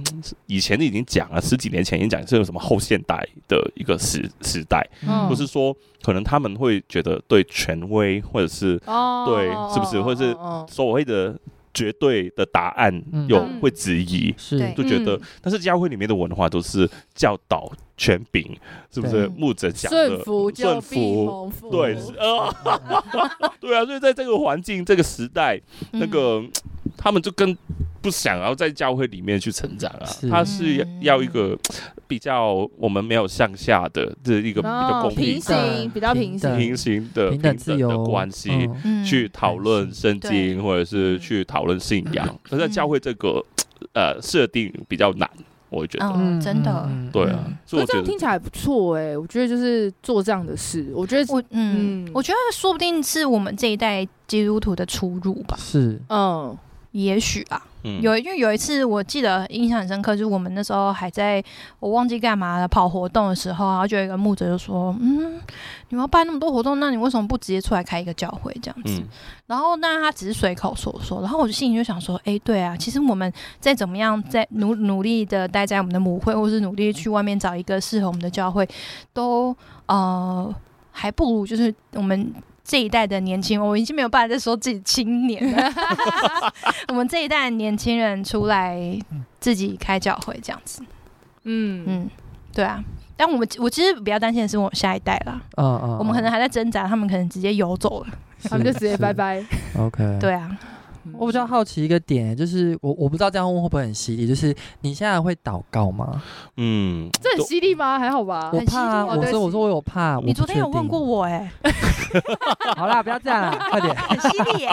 E: 以前已经讲了，十几年前已经讲是有什么后现代的一个时时代，
C: 嗯
E: 或是说可能他们会觉得对权威或者是
C: 哦，
E: 对是不是或是
C: 哦
E: 所谓的绝对的答案
D: 嗯
E: 有
C: 嗯
E: 会质疑，
D: 是
A: 对
E: *laughs* 就觉得
C: 嗯，
E: 但是教会里面的文化都是教导权柄，是不是
D: 对
E: 牧者讲的
C: 顺服就
E: 顺
C: 必
E: 服？
C: 蒙福，
E: 对，是啊， *laughs* 对啊，所以在这个环境、这个时代，
A: 嗯
E: 那个、
C: 嗯
E: 他们就更不想要在教会里面去成长啊，
D: 是
E: 他是
A: 嗯
E: 要一个比较我们没有向下的这一个比较
C: 哦
E: 公
C: 平
E: 平、
C: 行比较平
D: 平等
C: 行，
E: 平行的
D: 平
E: 等
D: 等自
E: 的
D: 由
E: 关系。
D: 嗯
A: 嗯
E: 去讨论圣经，
A: 对
E: 或者是去讨论信仰，可是在教会这个呃设定比较难，我觉得，
A: 嗯，真的，
D: 嗯
E: 对啊，所
C: 可
E: 以我
C: 这
E: 觉
C: 样
E: 得
C: 听起来不错哎、我觉得就是做这样的事，我觉得
A: 我嗯
C: 嗯，
A: 我觉得说不定是我们这一代基督徒的出入吧，
D: 是
C: 嗯，
A: 也许啊，
E: 嗯
A: 有，因为有一次我记得印象很深刻，就是我们那时候还在我忘记干嘛了跑活动的时候，然后就有一个牧者就说：“嗯，你们要办那么多活动，那你为什么不直接出来开一个教会这样子？”
E: 嗯
A: 然后那他只是随口说说，然后我就心里就想说：“哎，对啊，其实我们再怎么样，在努努力的待在我们的母会，或是努力去外面找一个适合我们的教会，都呃还不如就是我们。”这一代的年轻人，我已经没有办法再说自己青年了。 *laughs* 我们这一代的年轻人出来自己开教会这样子，
C: 嗯嗯，
A: 嗯，对啊。但我们我其实比较担心的是我们下一代啦，
D: 嗯嗯，
A: 我们可能还在挣扎，他们可能直接游走了。
C: 他们就直接拜拜。
D: 是 OK。
A: 对啊，
D: 我比较好奇一个点，就是我我不知道这样问会不会很犀利，就是你现在会祷告吗？
E: 嗯，
C: 这很犀利吗？还好吧
D: 我。
A: 很
D: 怕啊，
A: 犀利哦
D: 我
C: 对
D: 说我说我有怕，我
A: 你
D: 不
A: 昨天有
D: 确定
A: 问过，我哎、
D: 好啦，不要这样啦，快点，
A: 很犀利
E: *laughs*
A: 耶、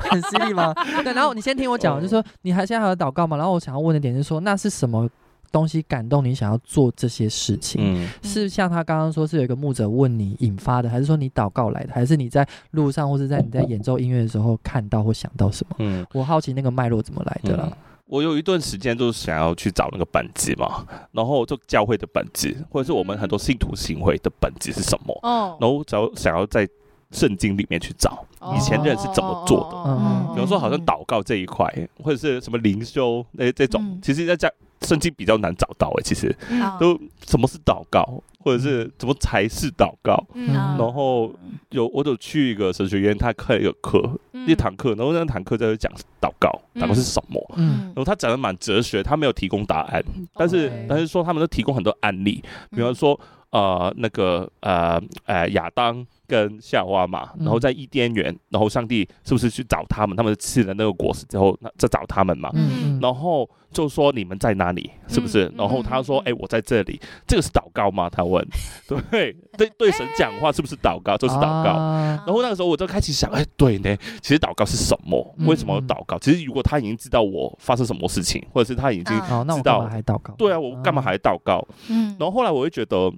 D: 很犀利吗？对，然后你先听我讲，
E: 哦
D: 就说你还现在还有祷告吗？然后我想要问的点就是说，那是什么东西感动你想要做这些事情？
E: 嗯
D: 是像他刚刚说是有一个牧者问你引发的，还是说你祷告来的，还是你在路上或是在你在演奏音乐的时候看到或想到什么？
E: 嗯，
D: 我好奇那个脉络怎么来的啦。
E: 我有一段时间就是想要去找那个本质嘛，然后就教会的本质，或者是我们很多信徒行为的本质是什么，
C: 哦
E: 然后找想要在圣经里面去找。以前的人是怎么做
C: 哦
E: 的
A: 嗯
E: 比方说，好像祷告这一块，或者是什么灵修那这种
A: 嗯，
E: 其实在家圣经比较难找到诶、欸其实
D: 嗯
A: 好
E: 都什么是祷告，或者是怎么才是祷告。
D: 嗯
E: 然后有我有去一个神学院，他开了一个课，
D: 嗯
E: 一堂课，然后那堂课在讲祷告，祷告是什么。
D: 嗯
E: 然后他讲的蛮哲学，他没有提供答案，但是
C: 嗯 OK
E: 但是说他们都提供很多案例，
D: 嗯
E: 比方说呃那个呃呃亚当跟夏娃嘛，
D: 嗯
E: 然后在伊甸园，然后上帝是不是去找他们？他们吃了那个果实之后，那再找他们嘛。
D: 嗯嗯，
E: 然后就说你们在哪里，是不是？
C: 嗯
E: 然后他说：“
C: 嗯
E: 哎、我在这里。”这个是祷告吗？他问。对对对，神讲话是不是祷告？就是祷告。
D: 告。
E: 然后那个时候我就开始想，哎，对呢，其实祷告是什么？
D: 嗯
E: 为什么要祷告？其实如果他已经知道我发生什么事情，或者是他已经、
A: 嗯
D: 哦，那我
E: 知道
D: 干嘛还祷告？
E: 对啊，我干嘛还祷告？
A: 嗯
E: 然后后来我会觉得，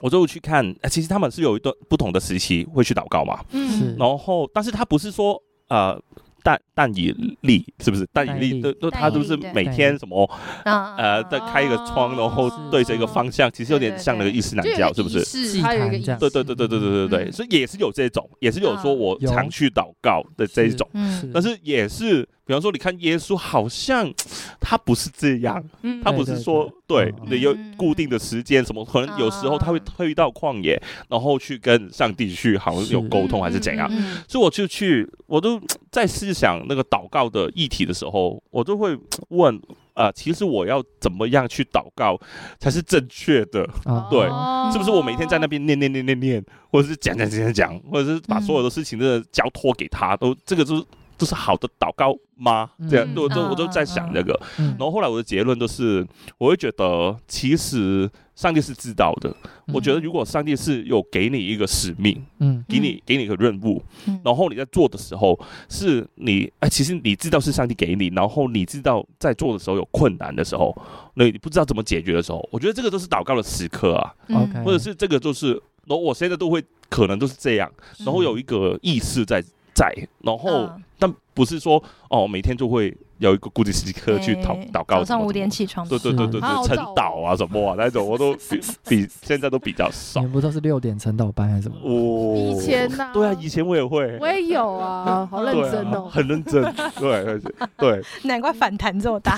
E: 我就去看，哎其实他们是有一段不同的时期会去祷告嘛。
C: 嗯
D: 是
E: 然后，但是他不是说呃。但但以利是不是？但以利
D: 但
E: 都
D: 以
E: 都他都是
A: 但以利对
E: 每天什么
A: 啊
E: 呃，再开一个窗，然后
D: 是
E: 对着一个方向，其实有点像那个伊斯兰教，是不是？
C: 是，它有一个仪式
E: 对对对对对对对对，
A: 嗯
E: 所以也是有这种，也是有说
A: 啊
E: 我
D: 有
E: 常去祷告的这一种。
A: 嗯
E: 但是也是，比方说，你看耶稣好像他不是这样，
C: 嗯
E: 他
D: 对
E: 不是说
D: 对
E: 对
D: 对
E: 你
A: 嗯
E: 有
A: 嗯
E: 固定的时间什么，可能有时候他会
A: 啊
E: 退到旷野，然后去跟上帝去好像有
D: 是
E: 沟通还是怎样。
A: 嗯
E: 所以我就去，我都在思想那个祷告的议题的时候，我就会问，啊，其实我要怎么样去祷告才是正确的？
D: 啊，
E: 对
C: 哦
E: 是不是我每天在那边念念念念念，或者是讲讲讲讲讲，或者是把
A: 嗯
E: 所有的事情的交托给他，都这个就是就是好的祷告吗？这样，
D: 嗯
E: 我都我都
A: 嗯
E: 在想
A: 嗯
E: 这个。
D: 嗯
E: 然后后来我的结论就是，我会觉得其实上帝是知道的。
A: 嗯
E: 我觉得如果上帝是有给你一个使命，
D: 嗯
E: 给你给你一个任务，
A: 嗯
E: 然后你在做的时候，是你哎、其实你知道是上帝给你，然后你知道在做的时候有困难的时候，那你不知道怎么解决的时候，我觉得这个都是祷告的时刻啊，
A: 嗯
D: ，OK，
E: 或者是这个就是，然后我现在都会可能都是这样，然后有一个意识在在，然后、
A: 嗯
E: 但不是说哦每天就会有一个固定时刻去祷
A: 哎
E: 祷告，
A: 早上五点。起床，嗯
E: 对对对对
C: 好好
E: 对，晨
C: 早哦
E: 祷啊什么啊那种，我都比比现在都比较
D: 你
E: 少。
D: 们不都是六点晨祷班还是什么？
E: 哦，
C: 以前呐，
E: 对啊，以前我也会，
C: 我也有
D: 嗯
C: 啊，好认
E: 对
C: 真
E: 啊、
C: 哦。
E: *laughs* 很认真，对对对，
A: 难怪反弹这么大。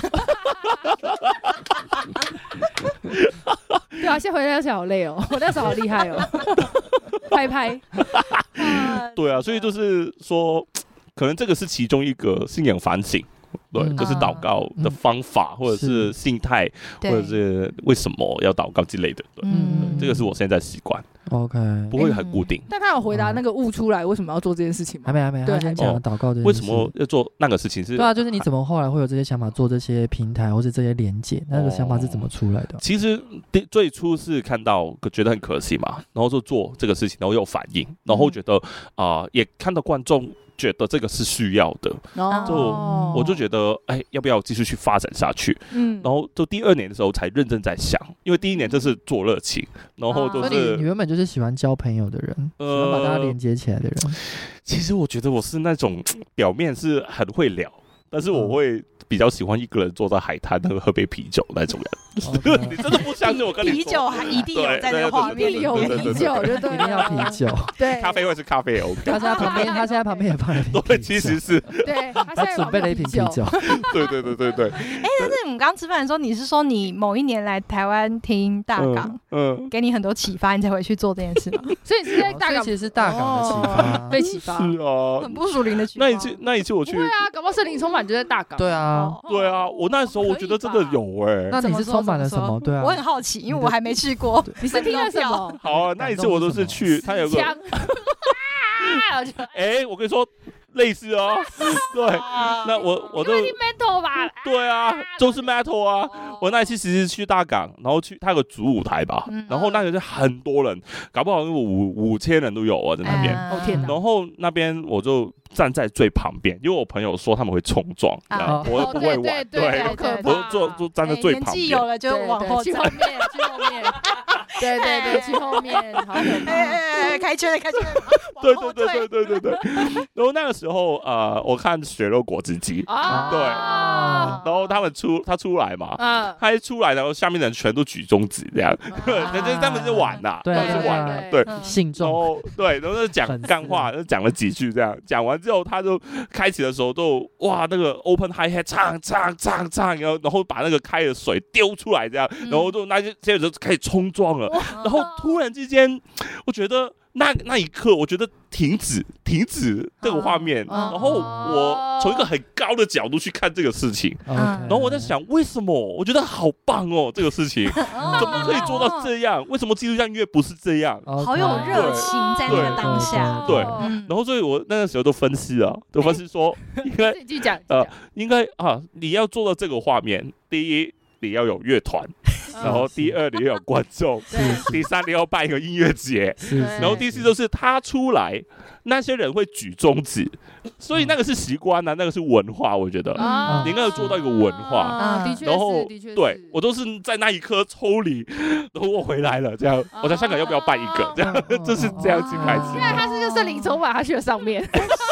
C: 对啊，现在回来想好累哦，我那时候好厉害哦，拍
E: *laughs*
C: 拍，
E: *laughs* 对啊，所以就是说，可能这个是其中一个信仰反省，对，
D: 嗯
E: 就是祷告的方法，或者是
D: 是
E: 心态，
A: 对
E: 或者是为什么要祷告之类的，对，
D: 嗯
E: 这个是我现在习惯，
D: OK，
E: 嗯不会很固定。
C: 但他有回答那个悟出来为什么要做这件事情吗
D: 还？没还没，
C: 对
D: 他先讲了祷告这件事
E: 为什么？要做那个事情是？
D: 对啊，就是你怎么后来会有这些想法，做这些平台或是这些连接？那个想法是怎么出来的？
E: 其实第最初是看到觉得很可惜嘛，然后就做这个事情，然后有反应，然后觉得啊、也看到观众觉得这个是需要的，
C: 哦
E: 就我就觉得哎，要不要继续去发展下去？
C: 嗯
E: 然后就第二年的时候才认真在想，因为第一年就是做热情，然后就
C: 啊
D: 所以你你
E: 是、呃
D: 原本就是喜欢交朋友的人，喜欢把大家连接起来的人。
E: 其实我觉得我是那种表面是很会聊，但
D: 嗯
E: 是我会比较喜欢一个人坐在海滩，那个喝杯啤酒那种人。你 *laughs*
D: OK，
E: 真的不相信我跟你说？
A: 啤酒还一定有在那
E: 对对
A: 个
E: 对
A: 画
E: 对
A: 面
E: 对
A: 里
E: 对
A: 面，
C: 有
E: 对对啊
C: 啤酒就对
D: 一定要啤
C: 了，
D: 酒。
C: 对，
E: 咖啡会是咖啡也 OK。
D: *laughs* 他现在旁边，他现在旁边也放了一瓶
E: 对，
D: 啤
E: 其
D: 酒
E: 实是
C: 对，他
D: 他
C: 现在
D: 准备了一瓶啤
C: 有啤
D: 酒
C: 酒，，
E: 对对对对对，
A: 但是我们刚刚吃饭的时候，你是说你某一年来台湾听大港，
E: 嗯，
A: 给你很多启发，你才回去做这件
E: *laughs*
A: 事吗？
C: 所以你是在大
D: 哦所以
C: 港
D: 其实是大港的启发
C: 哦。被启发。
E: 是啊
A: 很。不属灵的启发。
E: 那一次那一次
C: 不
E: 我去
C: 会，啊，搞不好圣灵充满就在大
D: *laughs*
C: 港。
D: 对啊，
A: 哦
E: 对啊，我那时候我觉得真的。有哎。
D: 那你是充满了什么？对啊
A: 我，很好奇，因为我还没去 *laughs* 过。
C: 你是听了什么？
E: 好啊，那一次我都是去，啊
C: *laughs*
E: 他有个
C: 枪。啊！我就
E: 哎，我跟你说类似哦，对，那我我都
C: 因为听 metal 吧。
E: 对啊，都是 metal 啊。
C: 啊
E: 我那一次其实去大港，然后去它有个主舞台吧，
A: 嗯
E: 然后那个是很多人，搞不好有五五千人都有啊，在那边。
A: 嗯
C: 哦天哪
E: 然后那边我就站在最旁边，因为我朋友说他们会冲撞，
A: 啊
E: 然后我又
C: 哦
E: 不
C: 对
E: 会玩，
C: 对对，好可
A: 对
E: 我
C: 怕。
E: 就坐就站在
A: 哎
E: 最
A: 年
E: 旁
A: 纪
E: 边
A: 有。了就
C: 对
A: 往
C: 对
A: 后
C: 去
A: 走
C: 后。面，去后面。对对对，去后面，好可
A: 哎
C: 怕。
A: 哎哎，开车了，开车了，
E: 对
A: 往
E: 对
A: 后退
E: 对对对对对。 *laughs* 然后那个时候呃，我看血肉果汁
C: 哦
E: 机， *laughs*
C: 啊，
E: 然后他们出他出来嘛，
C: 啊，
E: 他一出来，然后下面的人全都举中指这样，对，
D: 啊
E: 那就是他们是玩呐，他
D: 对啊
E: 们是玩
C: 对
E: 呐，
C: 对
E: 对。
A: 嗯
D: 信
E: 然
D: 众
E: 后对，然后就讲
D: 粉丝
E: 干话，就讲了几句这样。讲完之后，他就开启的时候就哇，那个 open hi hat 唱唱唱唱，然后然后把那个开的水丢出来这样，
D: 嗯
E: 然后就那些些人就开始冲撞
D: 哦
E: 了。然后突然之间，我觉得那那一刻，我觉得停止停止这个画面，
A: 哦
E: 然后我从一个很高的角度去看这个事情。
D: ，OK。
A: 嗯
D: 然
E: 然后我在，想，为什么？我觉得好棒哦，这个
C: *laughs*
E: 事情怎么可以做
A: 哦
E: 到这样？为什么基督教音乐不是这
D: 哦
E: 样？
A: 好有
E: *laughs*
A: 热情在那个当下。
E: 对
A: 嗯
E: 然后，所以我那个时候都分析了，都分析说，应该
C: 自己讲。
E: 呃应该啊，你要做到这个画面，第一你要有乐团，
C: 嗯
E: 然后第二你要有观众，第三你要办一个音乐节，
D: *laughs* 是，
C: 对
E: 然后第四就是他出来，那些人会举中指，所以那个是习惯啊，那个是文化，我觉得。
C: 啊，
E: 你应该有做到一个文化
C: 啊，的确
E: 然后
C: 是，的确是。
E: 对我都是在那一刻抽离， *laughs* 然后我回来了，这样
C: 哦
E: 我在香港要不要办一个？这样
D: 嗯
E: *laughs* 就是这样去开始。
A: 啊
C: 对，他是就是林冲把他去了上面，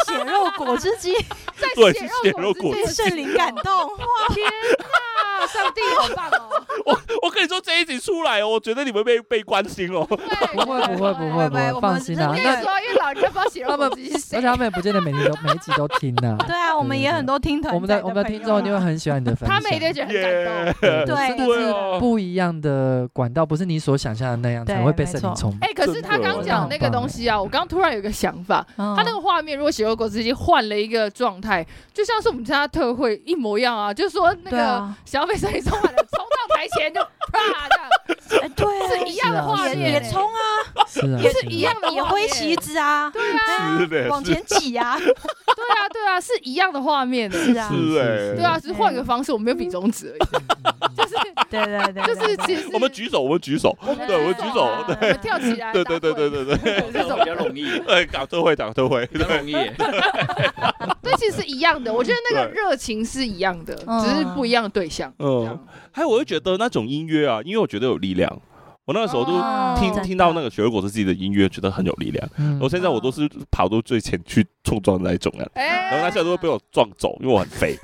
A: 血肉果汁机
C: 在
E: 对
C: 血
E: 血
C: 肉
E: 肉果
C: 汁
A: 被
C: 机
A: 圣灵感动，
C: 天哪，上帝好棒哦！
E: 我 *laughs* 我跟你说这一集出来哦，我觉得你们被被关心哦。
D: 不会不会不会不会，放心啊
C: 我。跟
D: 那
C: 你说，因为老人家不知道血肉果汁机是
D: 而且
C: 谁，
D: 他们也不见得每集都每一集都听呐。
A: 对啊，我们也很多听团，
D: 我们的我们的听
A: 啊
D: 众一定会很喜欢你的分享
C: 他。们一定觉得很感动
E: 耶。，
D: 对
A: 对
E: *laughs* 对哦，
D: 不一样的管道，不是你所想象的那样，
A: 对
D: 才会被圣灵充满。
C: 哎，可是他刚讲那个东西啊，我刚突然有一个想法，
A: 嗯，
C: 他那个画面如果血肉果汁机换了一个状态，就像是我们参加特会一模一样啊，就是说那
A: 对
C: 个
A: 啊，
C: 小美圣灵充满了，冲到台前就啪这样，
A: 哎对啊，
C: 是一样的画
A: 也
C: 面，
A: 也冲 *laughs* 啊，
D: 是啊，
C: 也
D: 啊
C: 是一样的画面，
A: 也挥旗子啊，对
E: 啊是的
A: 往前挤啊，
C: 对啊，对啊，是一样的画面的。
A: 是啊，
E: 是哎
C: 对啊，只是换个方式，我们没有比中指而已。
E: 嗯
C: 就是
A: *laughs* 对对对，对
C: *laughs*
E: *laughs*
C: 就是，
A: 对 *laughs*
C: 其实
E: 我们举手，我们举手，
C: 我们
E: 对我们
C: 举
E: 举
C: 手
E: 手
C: 啊，
E: 对
C: 我们跳起来，
E: 对对对对对 *laughs* 对，
C: 对， *laughs* 这种
B: 比较容易，
E: 对搞都会，搞都会， *laughs*
B: 比较容易。
C: 对，其实是一样的。我觉得那个
E: 对
C: 热情是一样的，
A: 嗯
C: 只是不一样的对象。这
E: 嗯
C: 样，
E: 还有我就觉得那种音乐啊，因为我觉得有力量。我那个时候都
A: 哦
E: 听
A: 真的
E: 听到那个血肉果汁自己的音乐，觉得很有力量。
D: 嗯
E: 我现在我都是跑到最前去冲撞的那一种人，
C: 哎，
E: 然后那些人都会被我撞走，因为我很肥。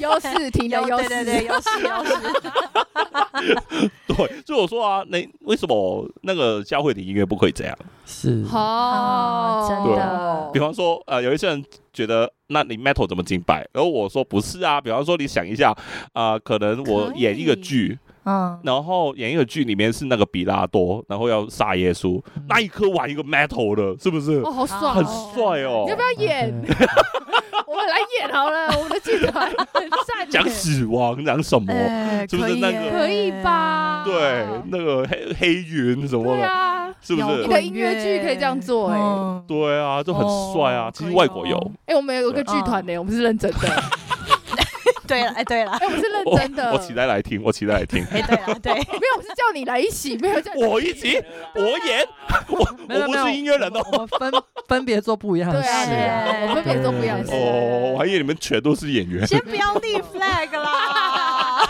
C: 优势挺的
A: 有
C: 优
A: 对对对，
C: 势，
A: 有是有是，
E: *laughs*
A: *laughs*
E: 对，所以我说啊，那为什么那个教会的音乐不可以这样？
D: 是
C: 好，
A: 哦真的
E: 比
C: 哦
E: 方说，呃，有一些人觉得，那你 metal 怎么敬拜？然后我说不是啊。比方说，你想一下，啊、可能我
A: 可以
E: 演一个剧，
A: 嗯，
E: 然后演一个剧里面是那个比拉多，然后要杀耶稣，那一刻玩一个 metal 的，是不是？
C: 哦，好爽，
E: 很
C: 哦！
E: 帅哦
C: 你要不要演？
D: 嗯 *laughs* 对
C: 我们来演好了，我们的剧团很善
E: *laughs* 讲
C: 良
E: 死亡，讲什么？
C: 啊
A: 哎
E: 哦是不是
A: 可以
E: 那
A: 耶
E: 个
C: 可以吧？
E: 对，那个黑黑云什么
C: 对
E: 的，
C: 啊，
E: 是不
A: 摇
E: 是
C: 你
A: 滚？
C: 的音乐剧可以这样做哎
A: 嗯
E: 对啊，就很帅啊。
A: 哦
E: 其
A: 可
E: 实
A: 以
E: 外国有，
A: 哦
C: 哎，我们有一
E: 啊
C: 个剧团呢，我们是认真的，
A: 对了，哎，对了，。
C: 哎，我们是认
E: 我
C: 真的，
E: 哦 *laughs* 我期待来听，我期待
C: *laughs*
E: 来听
A: 哎，对了， *laughs* 对，
C: 没有，我是叫你来一起，没有叫你
E: 我一起，我演，
C: 啊
E: 我
D: 没有
E: 我不
D: 没有
E: 是音乐人哦。
D: 我们分分别做不一样的
C: 对
D: 事
C: 啊，对
D: 啊。
C: 啊，我分别都不一样。
D: 对
E: *laughs* 哦，
A: *laughs*
E: 我还以为你们全都是演员。
A: 先不要立 flag 啦，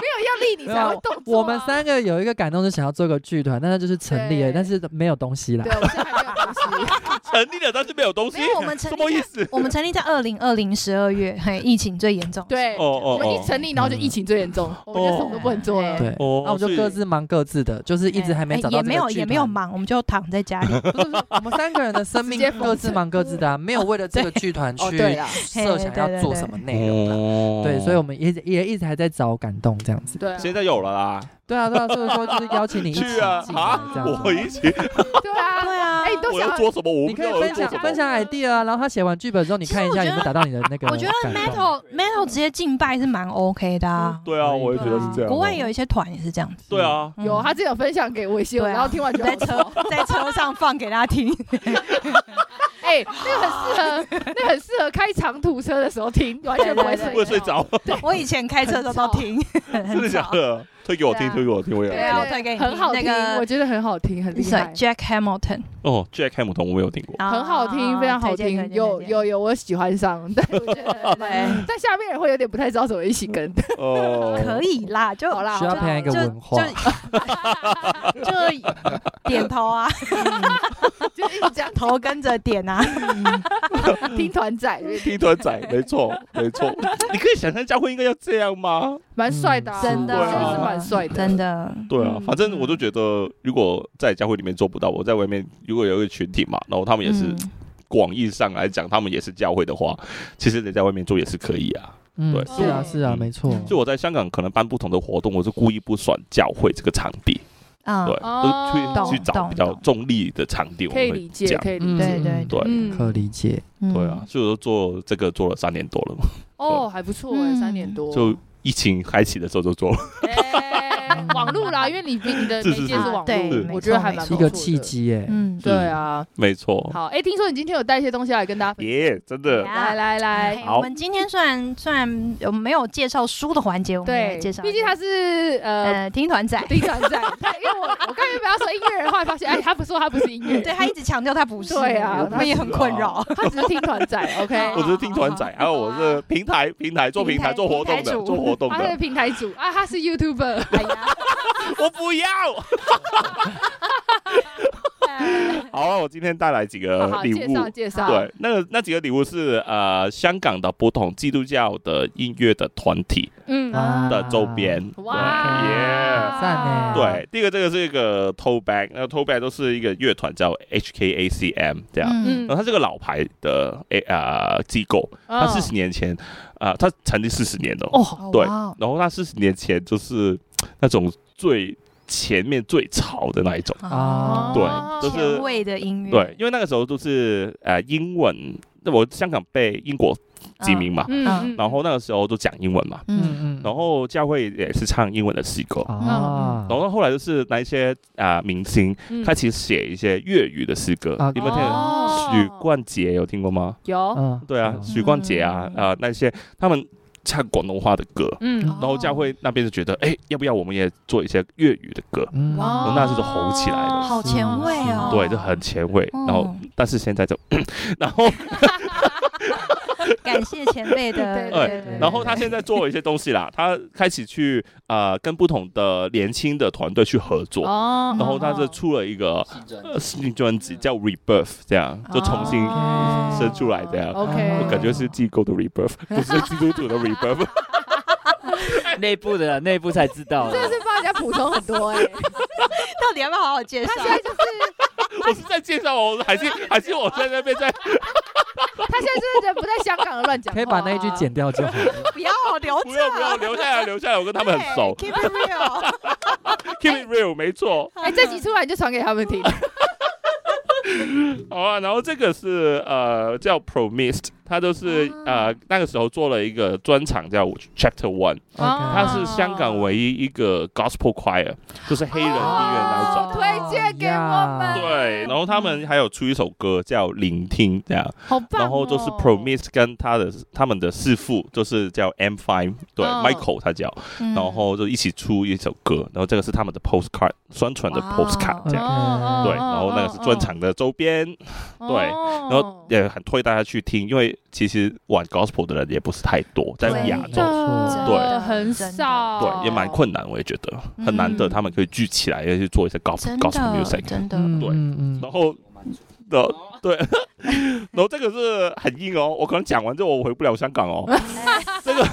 C: 没有要力，你才会动作啊、
D: 我们三个有一个感动，是想要做个剧团，但是就是成立了，
C: 对
D: 但是没有东西啦
C: 对，。我们现在还没有东
E: *laughs* 哦
C: 西。
E: *laughs* 成立了，但是没有东西
A: 没，有我们成
E: 什
A: 立
E: 么意
A: *laughs*
E: 思？
A: 我们成立在二零二零十二月，嘿，疫情最严重。
C: 对，
E: 哦嗯哦
C: 我们
E: 哦
C: 一成立，然后就疫情最严重，我们就什么都不能做了。
D: 对，
E: 哦
D: 那我们就各自忙各自的，就是一直还没
A: 哎
D: 找到
A: 也
D: 这
A: 没
D: 个
A: 有
D: 剧
A: 也没有
D: 团
A: 忙，我们就躺在 *laughs* 家里。
D: 不是不是，我们三个人的生命
C: 直接
D: 各自忙各自的、啊，没有为了这个剧团
C: *laughs* 哦，
D: 去
C: 对啦，
D: 设想要做什么内容啊。
E: 哦
D: 对，所以我们也也一直还在找感动这样子。
C: 对啊，
E: 现在有了啦，
D: 对啊，对啊，所以说
E: *laughs*
D: 就是邀请你一起
E: 去
D: 进
E: 啊
D: 来这
E: 啊！
D: 样
E: 我
D: 子。
E: 一起，
C: 对啊，
A: 对啊
C: 哎，都
E: 我
C: 想
E: 要做什么？我
D: 你
E: 不
D: 可
E: 知道
D: 以
E: 我要
D: 分
E: 做
D: 享
E: 什么
D: 分。享 idea 啊，然后他写完剧本之后，你看一下有没有达到你的那个
A: 我觉得
D: 感动
A: metal metal 直接进拜是蛮 OK 的啊。
E: 对啊，我也觉得是这样。
A: 国外有一些团也是这样子，
E: 对啊，
A: 嗯
C: 有哦他之前有分享给维修，
A: 对啊
C: 然后听完哦
A: *laughs*
C: 就
A: 在
C: 好
A: 车在车上放给大家听。
C: 哎，那个很适合，那个很适合开长途车的时候听，完全不
A: *laughs* 对
C: 会
A: 对
E: 不会
C: 睡
E: 睡
C: 着。
E: 着，
A: 我以前开车的时候都听， *laughs* 很
E: *laughs* 真的假
A: 吵。
E: 的？推给我
C: 对
E: 听，
C: 啊
E: 推给我听，我也
A: 对
C: 对
A: 啊
C: 啊
A: 我推给你
C: 很好听
A: 那个，
C: 我觉得很好听，很厉
A: 谁
C: 害，
A: ？Jack Hamilton，
E: 哦，Jack Hamilton 我没有听过。
A: 啊
C: 很好听，非常好
A: 推荐哦推
C: 听。
A: 荐
C: 有
A: 推荐
C: 有有，我喜欢上，但我
A: *laughs*
C: 觉得
A: 对
C: 但下面人会有点不太知道怎么一起跟。
E: 哦，
A: 可以啦，就
C: 好啦，
D: 需
C: 好
D: 要
C: 啦
D: 培养一个
A: 就
D: 文化
A: *laughs* 就就点头啊，
C: 就一直这样
A: 头跟着点啊。 *laughs*
C: 听团仔，
E: 听团仔，没错，没错。你可以想象教会应该要这样吗？
C: 蛮帅的啊，
D: 嗯真
A: 的
C: 真的是蛮帅的，
A: 真。的，
E: 对啊，
C: 嗯
E: 反正我就觉得，如果在教会里面做不到，我在外面如果有一个群体嘛，然后他们也是
A: 嗯
E: 广义上来讲，他们也是教会的话，其实你在外面做也是可以啊。
D: 嗯
E: 对，
D: 是啊，
C: 对
D: 是啊，没错。
E: 就我在香港可能办不同的活动，我是故意不选教会这个场地，
A: 啊，
E: 对，
C: 哦
E: 都去去找
A: 懂
E: 比较
A: 懂
E: 中立的场地，我
C: 可以
E: 们会
C: 理解，
E: 讲
C: 可以理
D: 嗯
C: 解。
A: 对对
E: 对
C: 嗯
D: 可理解。
E: 对啊，，所以我就做这个做了三年多了嘛， *laughs*
C: 哦，还不错哎，
A: 嗯
C: 三年多。
E: 就疫情开启的时候就做了，
C: 哎网路啦，因为你你的
E: 是
C: 媒
E: 是
C: 介
E: 是
C: 是网
A: 对
E: 是
C: 路，我觉得还蛮
D: 是
C: 不
D: 一
C: 错
D: 个
C: 的
D: 契。机耶。
A: 嗯，
E: 是
A: 嗯，
C: 对啊，
E: *laughs* 没错。
C: 好，哎，听说你今天有带一些东西来跟大家分享，
E: 耶，真的
A: 耶
C: 来来来
A: 哎，
E: 好
A: 我们今天虽然虽然有没有介绍书的环节，我们也
C: 对
A: 介，绍一下，
C: 毕竟他是呃
A: 呃 *laughs* 听团仔，
C: 听团仔，他因为我我刚才不要说音乐人，后来发现哎，他不说他不是音乐人，
A: *laughs* 对他一直强调他不是，
C: 对啊
A: 我们也很困扰。
C: 他只是听团仔，OK，
E: 我只是听团仔，还有我是平台平台做平台做活动
A: 平台
E: 的
A: 主
E: 做活动
C: *laughs* 他是
E: 的，
C: 平台主啊，他是 YouTuber，
A: 哎呀，
E: 我不要。
C: *laughs*
E: 好啊，我今天带来几
C: 好
E: 个
C: 好
E: 礼
C: 介
E: 物
C: 绍。介绍，
E: 对，那个那几个礼物是呃香港的不同基督教的音乐的团体
C: 嗯
D: 啊
E: 的周边。
C: 哇，
E: 耶！
D: 赞耶
E: 对，第一个这个是一个 Toe Bag，那 Toe Bag 都是一个乐团叫 HKACM 这样。
A: 嗯
E: 然
C: 哦
E: 后它是个老牌的诶啊、呃机构，它四十年前啊、呃它成立四十年了。
C: 哦，
E: 对
A: 哇哦
E: 然后它四十年前就是那种最前面最潮的那一种，
D: 啊
C: 哦
E: 对就是
A: 前卫的
C: 嗯
A: 音乐，
E: 对，因为那个时候都是呃英文，那我香港被英国殖民嘛，
C: 嗯嗯
E: 然后那个时候都讲英文嘛，
A: 嗯，
D: 嗯嗯
E: 然后教会也是唱英文的诗歌，
D: 啊，
E: 然后后来就是那一些啊、呃明星
C: 嗯
E: 开始写一些粤语的诗歌
D: 啊，
E: 你们听
A: 哦
E: 许冠杰有听过吗？
C: 有，
D: 嗯，
E: 对啊，许冠杰啊
A: 嗯
E: 啊、呃那些他们唱广东话的歌，
A: 哦
C: 嗯
E: 然后教会那边就觉得，哎，要不要我们也做一些粤语的歌？
D: 嗯
A: 哇
E: 那是吼起来的
A: 好前卫哦，
E: 对，就很前卫。
A: 嗯
E: 然后，但是现在就， *coughs* 然后，
A: *laughs* 感谢前辈 *laughs* 的，
C: 对
E: 对
A: 对对
E: 然后他现在做了一些东西啦，他开始去呃跟不同的年轻的团队去合作，
C: 哦
E: 然后他就出了一个呃
B: *laughs*
E: 新专辑叫 Rebirth，这样就重新
C: 哦
E: 生出来这样。
C: ，OK，
E: 我感觉是机构的 Rebirth，不是基督徒的 Rebirth。 *laughs*
B: 内部的啦内部才知道
C: 真的
B: 的。
C: 是帮人家补充很多
E: *laughs*
C: 哎，
A: 到底要不要好好介绍？
C: 他现在就是
E: 我是在介绍我，还是还是我在那边在
C: 他现在真的人不在香港了乱讲，
D: 可以把那一句，剪掉就好了。
A: 不要留着，
E: 不用不用留下来留下来，我跟他们很熟
A: 对 Keep it *laughs* real，
E: ，Keep it real，没错。
C: 哎，这集出来你就传给他们听，
E: 好啊，然后这个是呃叫 Promist，他就是
C: 哦
E: 呃那个时候做了一个专场叫 Chapter One，他是香
C: 哦
E: 港唯一一个 Gospel Choir，就是黑人音乐那一种。
A: 哦
C: 推荐给我们，
E: 对，然后他们还有出一首歌叫《聆听》这样，
C: 好
D: 哦
C: 棒，哦
E: 然后就是
A: 哦
E: Promise 跟他的他们的师傅就是叫 M Five，对、
C: 嗯
E: Michael 他叫，
A: 嗯
E: *laughs* 然后就一起出一首歌，然后这个是他们的 postcard 宣传的
A: 哇嗯
E: postcard 这样，
C: 哦
E: 对，然后那个是专场的周边，对
C: 然
A: 嗯
C: 哦
E: 然后也很推大家去听，因为其实玩 gospel 的人也不是太多，在
A: 对
E: 亚
A: 没
E: 洲
A: 错。
D: 错
E: 对
C: 的很
A: 真的
C: 少，
E: 对，也蛮困难，我也觉得很难得，
A: 嗯
E: 他们可以聚起来，要去做一些 gospel
A: 真
E: gospel
A: 的
E: music。
A: 真的，
D: 嗯
E: 对
D: 嗯
E: 然后，然后对， *laughs* 然后这个是很硬哦，我可能讲完之后我回不了香港哦。
A: 嗯 *laughs*
E: 这个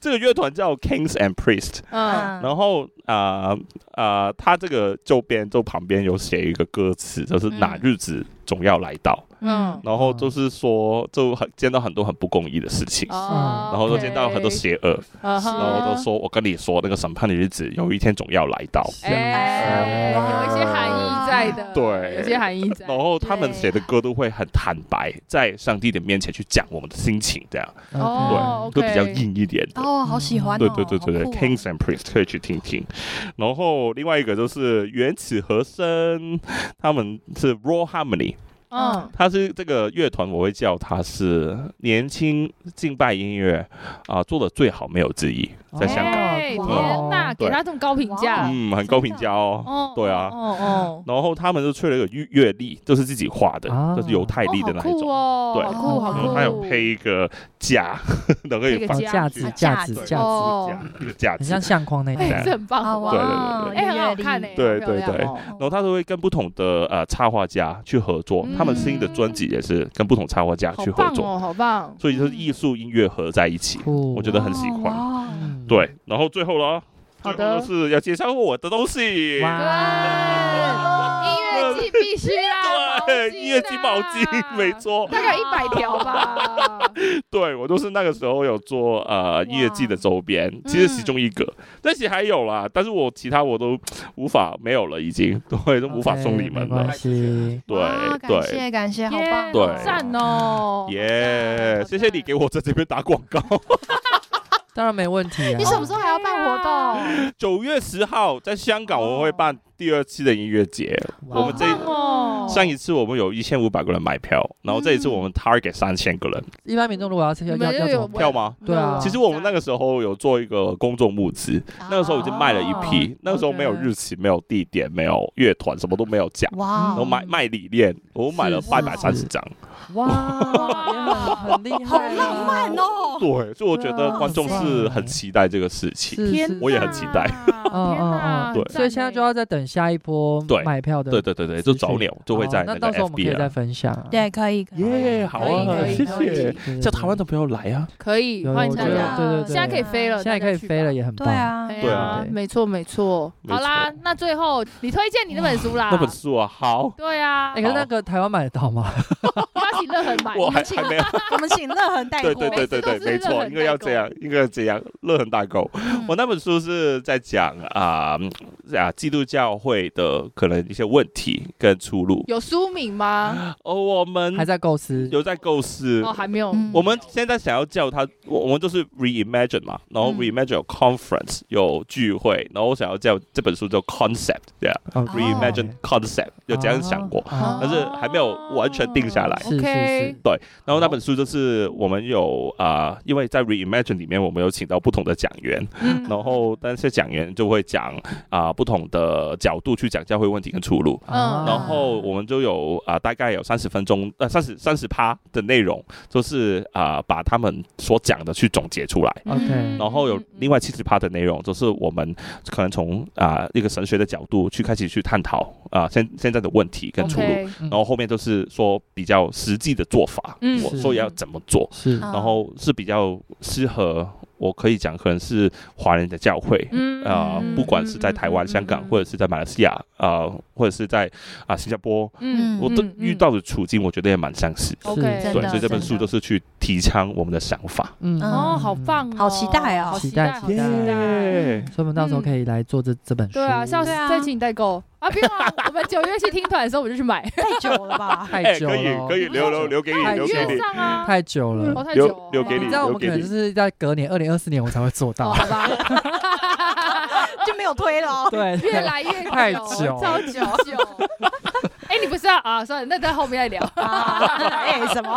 E: 这个乐团叫 Kings and Priest，
C: 嗯，
E: 然后啊啊、呃他这个周边就旁边有写一个歌词，就是哪
A: 嗯
E: 日子总要来到，
C: 嗯
E: 然后就是说就很见到很多很不公义的事情。
C: 哦
E: 然后就见到很多邪恶
C: 嗯哼，
E: 然后就说：“我跟你说，那个审判的日子有一天总要来到。”
C: 哎，
D: 嗯
A: 哇
C: 有一些含义在的，
E: 对
C: 哦有一些含义在
E: 然，后他们写的歌都会很坦白，在上帝的面前去讲我们的心情，这样
D: 嗯
C: 哦
E: 对，都比较
C: OK
E: 硬一点的。
A: 哦，好喜
C: 啊
A: 欢哦，
E: 对对对对对
A: 好酷哦
E: ，Kings and Priests 可以去听听。然后另外一个就是原始和声，他们是 Raw Harmony，
A: 啊
C: 嗯
E: 他是这个乐团，我会叫他是年轻敬拜音乐啊、做的最好没有之一，在香港，
C: 哎
A: 哇
C: 天哪，给
E: 对
C: 他这种高评价，
A: 哇
E: 嗯，很高评价哦。
C: 哦，
E: 对啊
C: 哦哦，
E: 然后他们就吹了一个乐乐历，就是自己画的，
D: 啊
E: 就是犹太
C: 哦
E: 历的那
C: 好
E: 一种
C: 酷。哦，
E: 对
C: 好酷，好
E: 然后
C: 酷，
E: 还有配一个架， *laughs* 都可以
C: 配个
E: 放
D: 哦
C: 架
D: 架
E: 子
D: 子架子
A: 架子
D: 架子，
C: 哦
E: 架，一个架
D: 很
E: 子。
D: 像相框那一
E: 对
C: 哎，
D: 种。
C: 这很棒，
A: 啊，
C: 好不好
E: 对对
A: 哇
E: 对
C: 哎，很好看哎，
A: 耶
E: 对
C: 好漂亮
E: 对对
C: 哦
E: 然后他都会跟不同的呃插画家去合作，他们新的专辑也是跟不同插画家
C: 嗯好
E: 去合
C: 棒
E: 作，
C: 哦，嗯好棒，
E: 所以就是艺术音乐合在一起，
D: 酷
E: 我觉得很喜欢。
A: 哇
D: 嗯
E: 对，然后最后了，
C: 好
E: 最后
C: 的
E: 就，是要介绍我的东西。
D: 哇，
C: 音乐季必须啦，
E: *laughs*
C: 毛巾啊
E: 对，音乐季毛 *laughs*
C: 啊
E: 巾，没错。
C: 大概有一百条吧。
E: 对我就是那个时候有做呃音乐季的周边，
C: 嗯
E: 其实其中一个，但其实还有啦，但是我其他我都无法没有了，已经对，都无法送你们
D: 没
E: 了
D: 关。系，
E: 对
A: 哇啊感
E: 对，
A: 谢感谢，好棒哦，
E: 对
C: 赞哦，
E: 耶！谢谢你给我在这边打广告。
D: 当然没问题啊
A: 你。什么时候还要办活动？
E: 九月十号在香港，我们会办第二期的音乐节。
D: 哇
E: 我们这一
C: 好棒哦
E: 上一次我们有一千五百个人买票，然后这一次我们 target 三千个人
D: 一般民众如果要要
C: 你们
D: 要要
C: 又有
D: 怎么
E: 票吗？
D: 对啊
E: 其实我们那个时候有做一个公众募资，那个时候已经卖了一批，那个时候没有日期，没有地点，没有乐团，什么都没有讲。
A: 哇
E: 然后
A: 哦，
E: 买卖理念，我买了
D: 是
E: 八百三十张， *laughs*
D: 哇，很厉
A: 好
D: 害，
A: 浪漫。哦，
E: 对，所以我觉得观众是很期待这个事情。
D: 是
C: 天
D: 是，
E: 我也很期待
C: 嗯嗯
E: 对
D: 所以现在就要再等下一波
E: 对
D: 买票的，
E: 对对对对，就早鸟就会在
D: 哦那
E: 个
D: 到时候我们可以
E: FB
D: 再
E: 啊。
D: 分享啊。
A: 对，可以，可以
E: 耶，好啊
C: 可，以
E: 谢
C: 可以
E: 谢。
D: 对，
E: 叫台湾的朋友来啊！
C: 可以
D: 有
C: 欢迎
D: 我
C: 大
D: 觉得
C: 家，
D: 对对对，
C: 现在可以飞了，
D: 现在可以飞了，
C: 大家去吧。
D: 也很
A: 对
D: 棒。
A: 啊，
E: 对
C: 啊
E: 啊，
C: 没错没错。
E: 没错
C: 好啦，那最后你推荐你那本书啦，
E: 那本书啊，好，
C: 对啊
D: 哎，，可是那个台湾买得到吗？
C: 发起乐很满，
E: 我还
A: 请
E: 还没有，
A: 我们请乐恒带
E: 对
A: 过，
E: 对对对对，
C: 每
E: 没
C: 次都是乐
E: 错，
C: 很
E: 应该要这样，应该要这样，乐很大狗。
A: 嗯
E: 我那本书是在讲啊啊基督教会的可能一些问题跟出路。
C: 有书名吗？
E: 哦，我们
D: 还在构思。
E: 有在构思
C: 哦，，还没有。
A: 嗯
E: 我们现在想要叫它，我我们就是 reimagine 嘛，然后
A: 嗯
E: reimagine 有 conference 有聚会，然后我想要叫这本书叫 concept，这样
C: 哦
E: reimagine concept 有这样想过，
D: 哦
E: 但是还没有完全定下来
D: 是是
C: 哦 OK，
D: 是
E: 然后那本书就是我们有啊、因为在 reimagine 里面我们有请到不同的讲员，
C: 嗯
E: 然后那些讲员就会讲啊、不同的角度去讲教会问题跟出路。
C: 嗯
E: 然后我们就有啊、大概有三十分钟，呃，三十三十趴的内容，就是啊、把他们所讲的去总结出来。
C: 嗯
D: OK
E: 然后有另外七十趴的内容，就是我们可能从啊、一个神学的角度去开始去探讨啊、现现在的问题跟出路，
C: OK，
E: 然后后面就是说比较实际的做法，
C: 嗯
E: 我
D: 是
E: 说要怎么做，
D: 是
A: 啊
E: 然后是比较适合我可以讲可能是华人的教会，
C: 嗯
E: 啊，不管是在台湾、香港，或者是在马来西亚，啊，或者是在啊、新加坡，
A: 嗯
E: 我都遇到的处境，我觉得也蛮相似的。
C: OK，
A: 真
E: 对，
A: 的
E: 所以这本
A: 真
E: 书
A: 的
E: 就是去提倡我们的想法。
D: 嗯
C: 哦，好棒哦，
A: 好期待哦
C: 好期
D: 期待
C: 待，好
D: 期
C: 期
D: 待
C: 待。
E: 耶
D: 所以我们到时候可以来做这这本书。？
C: 嗯对啊，下次
A: 对啊
C: 再请你代购啊！不用啊，我们九月去听团的时候我们就去买，
A: 太久了吧
D: 太
E: *laughs* 哎，
D: 久
E: 可以
D: 了，哦
E: 可以留留留给你，
D: 太
E: 留
D: 久
E: 给
C: 月
E: 你。
C: 上啊，
D: 太久
C: 哦
D: 了。
C: 太久
E: 留留给
D: 你
E: 你 *laughs*
D: 知道我们
E: 留给
D: 可能就是在隔年二零二四年我才会做
C: 哦，
D: 到。
C: 好吧，
A: *laughs* *laughs* 就没有推了哦。
C: *laughs*
D: 对，
C: 越来越
D: 太久
C: 超久。 *laughs* 哎，你不是啊？啊，算了，那在后面再
A: *laughs*
C: 聊。
A: 哎，什么？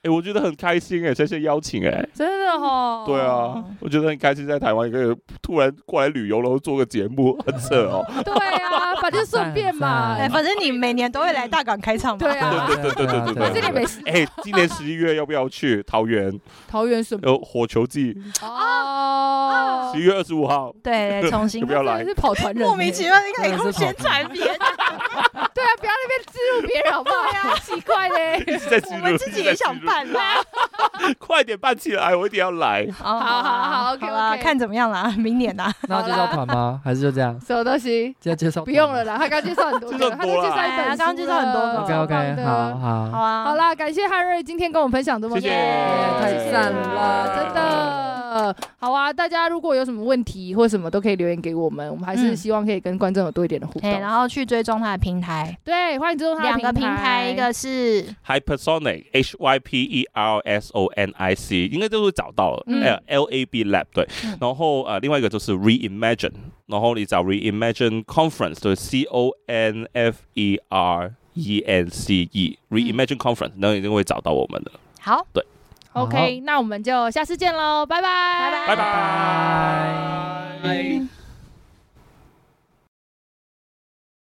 E: 哎，我觉得很开心哎，谢谢邀请哎。
C: 真的哦。
E: 对啊，我觉得很开心，在台湾可以突然过来旅游，然后做个节目，很扯哦。
C: 对啊，反正顺便嘛。
E: 啊
A: 哎，反正你每年都会来大港开唱嘛。
C: 对啊，
E: 对对对对对对，
C: 反正你没事。
E: *laughs* 哎，今年十一月要不要去桃园？
C: 桃园
E: *laughs*
C: 什么？
E: 有火球季，
C: 哦
E: 十一月二十五号，
A: 对，重新
E: *laughs* 要不要来
C: 真的？是跑团人欸，
A: 莫名其妙，你可以
D: 真的
A: 用
D: 是跑
A: 宣传别人，
C: 对啊，不要那边植入别人好不好？呀，奇怪嘞。
E: *laughs* 一直在记
A: 我
E: 录，
A: 们自己
E: 一直在
A: 也
E: 记
A: 想
E: 录，
A: 办 *laughs* 啦。
E: 快点办起来，我一定要
A: *laughs*
E: 来。
A: 哦好
C: 好好好，OK，
A: 啦
C: OK
A: 看怎么样啦，明年啦。
D: 那要介绍团吗？还是就这
C: *laughs*
D: 样？
C: 什么东西？
D: 要介绍？
C: 不用了。啦，他刚介绍很
E: *laughs*
C: 多
E: 哦介
C: 个，他
E: 绍很
C: 都
E: 多
C: 介
E: 啦
C: 绍一本
A: 哎
C: 书了，
A: 呀刚介绍很多个
D: OK
C: 超棒
D: OK，
C: 的
D: 好好
A: 好。啊，
C: 好啦，感谢汉瑞今天跟我们分享这么多，
E: 谢谢
C: 太
E: 太
C: 赞
E: 赞
C: 了，
E: 了
C: 真的。好啊，大家如果有什么问题或什么都可以留言给我们，我们还是
A: 嗯
C: 希望可以跟观众有多一点的互
A: 哎，
C: 动。
A: 然后去追踪他的平台，
C: 对，欢迎追踪他
A: 两
C: 的
A: 个平台，
C: 台，
A: 一个是
E: Hypersonic H Y P E R S O N I C，应该就是找到了，
C: 嗯
E: 还有 L A B Lab 对
A: 嗯，
E: 然后呃另外一个就是 Reimagine，然后你找 Reimagine Conference 就是 C O N F E R E N C E
A: 嗯
E: Reimagine Conference，然后一定会找到我们的。
A: 好，
C: OK，那我们就下次见喽，拜拜，
A: 拜拜
E: 拜
D: 拜拜。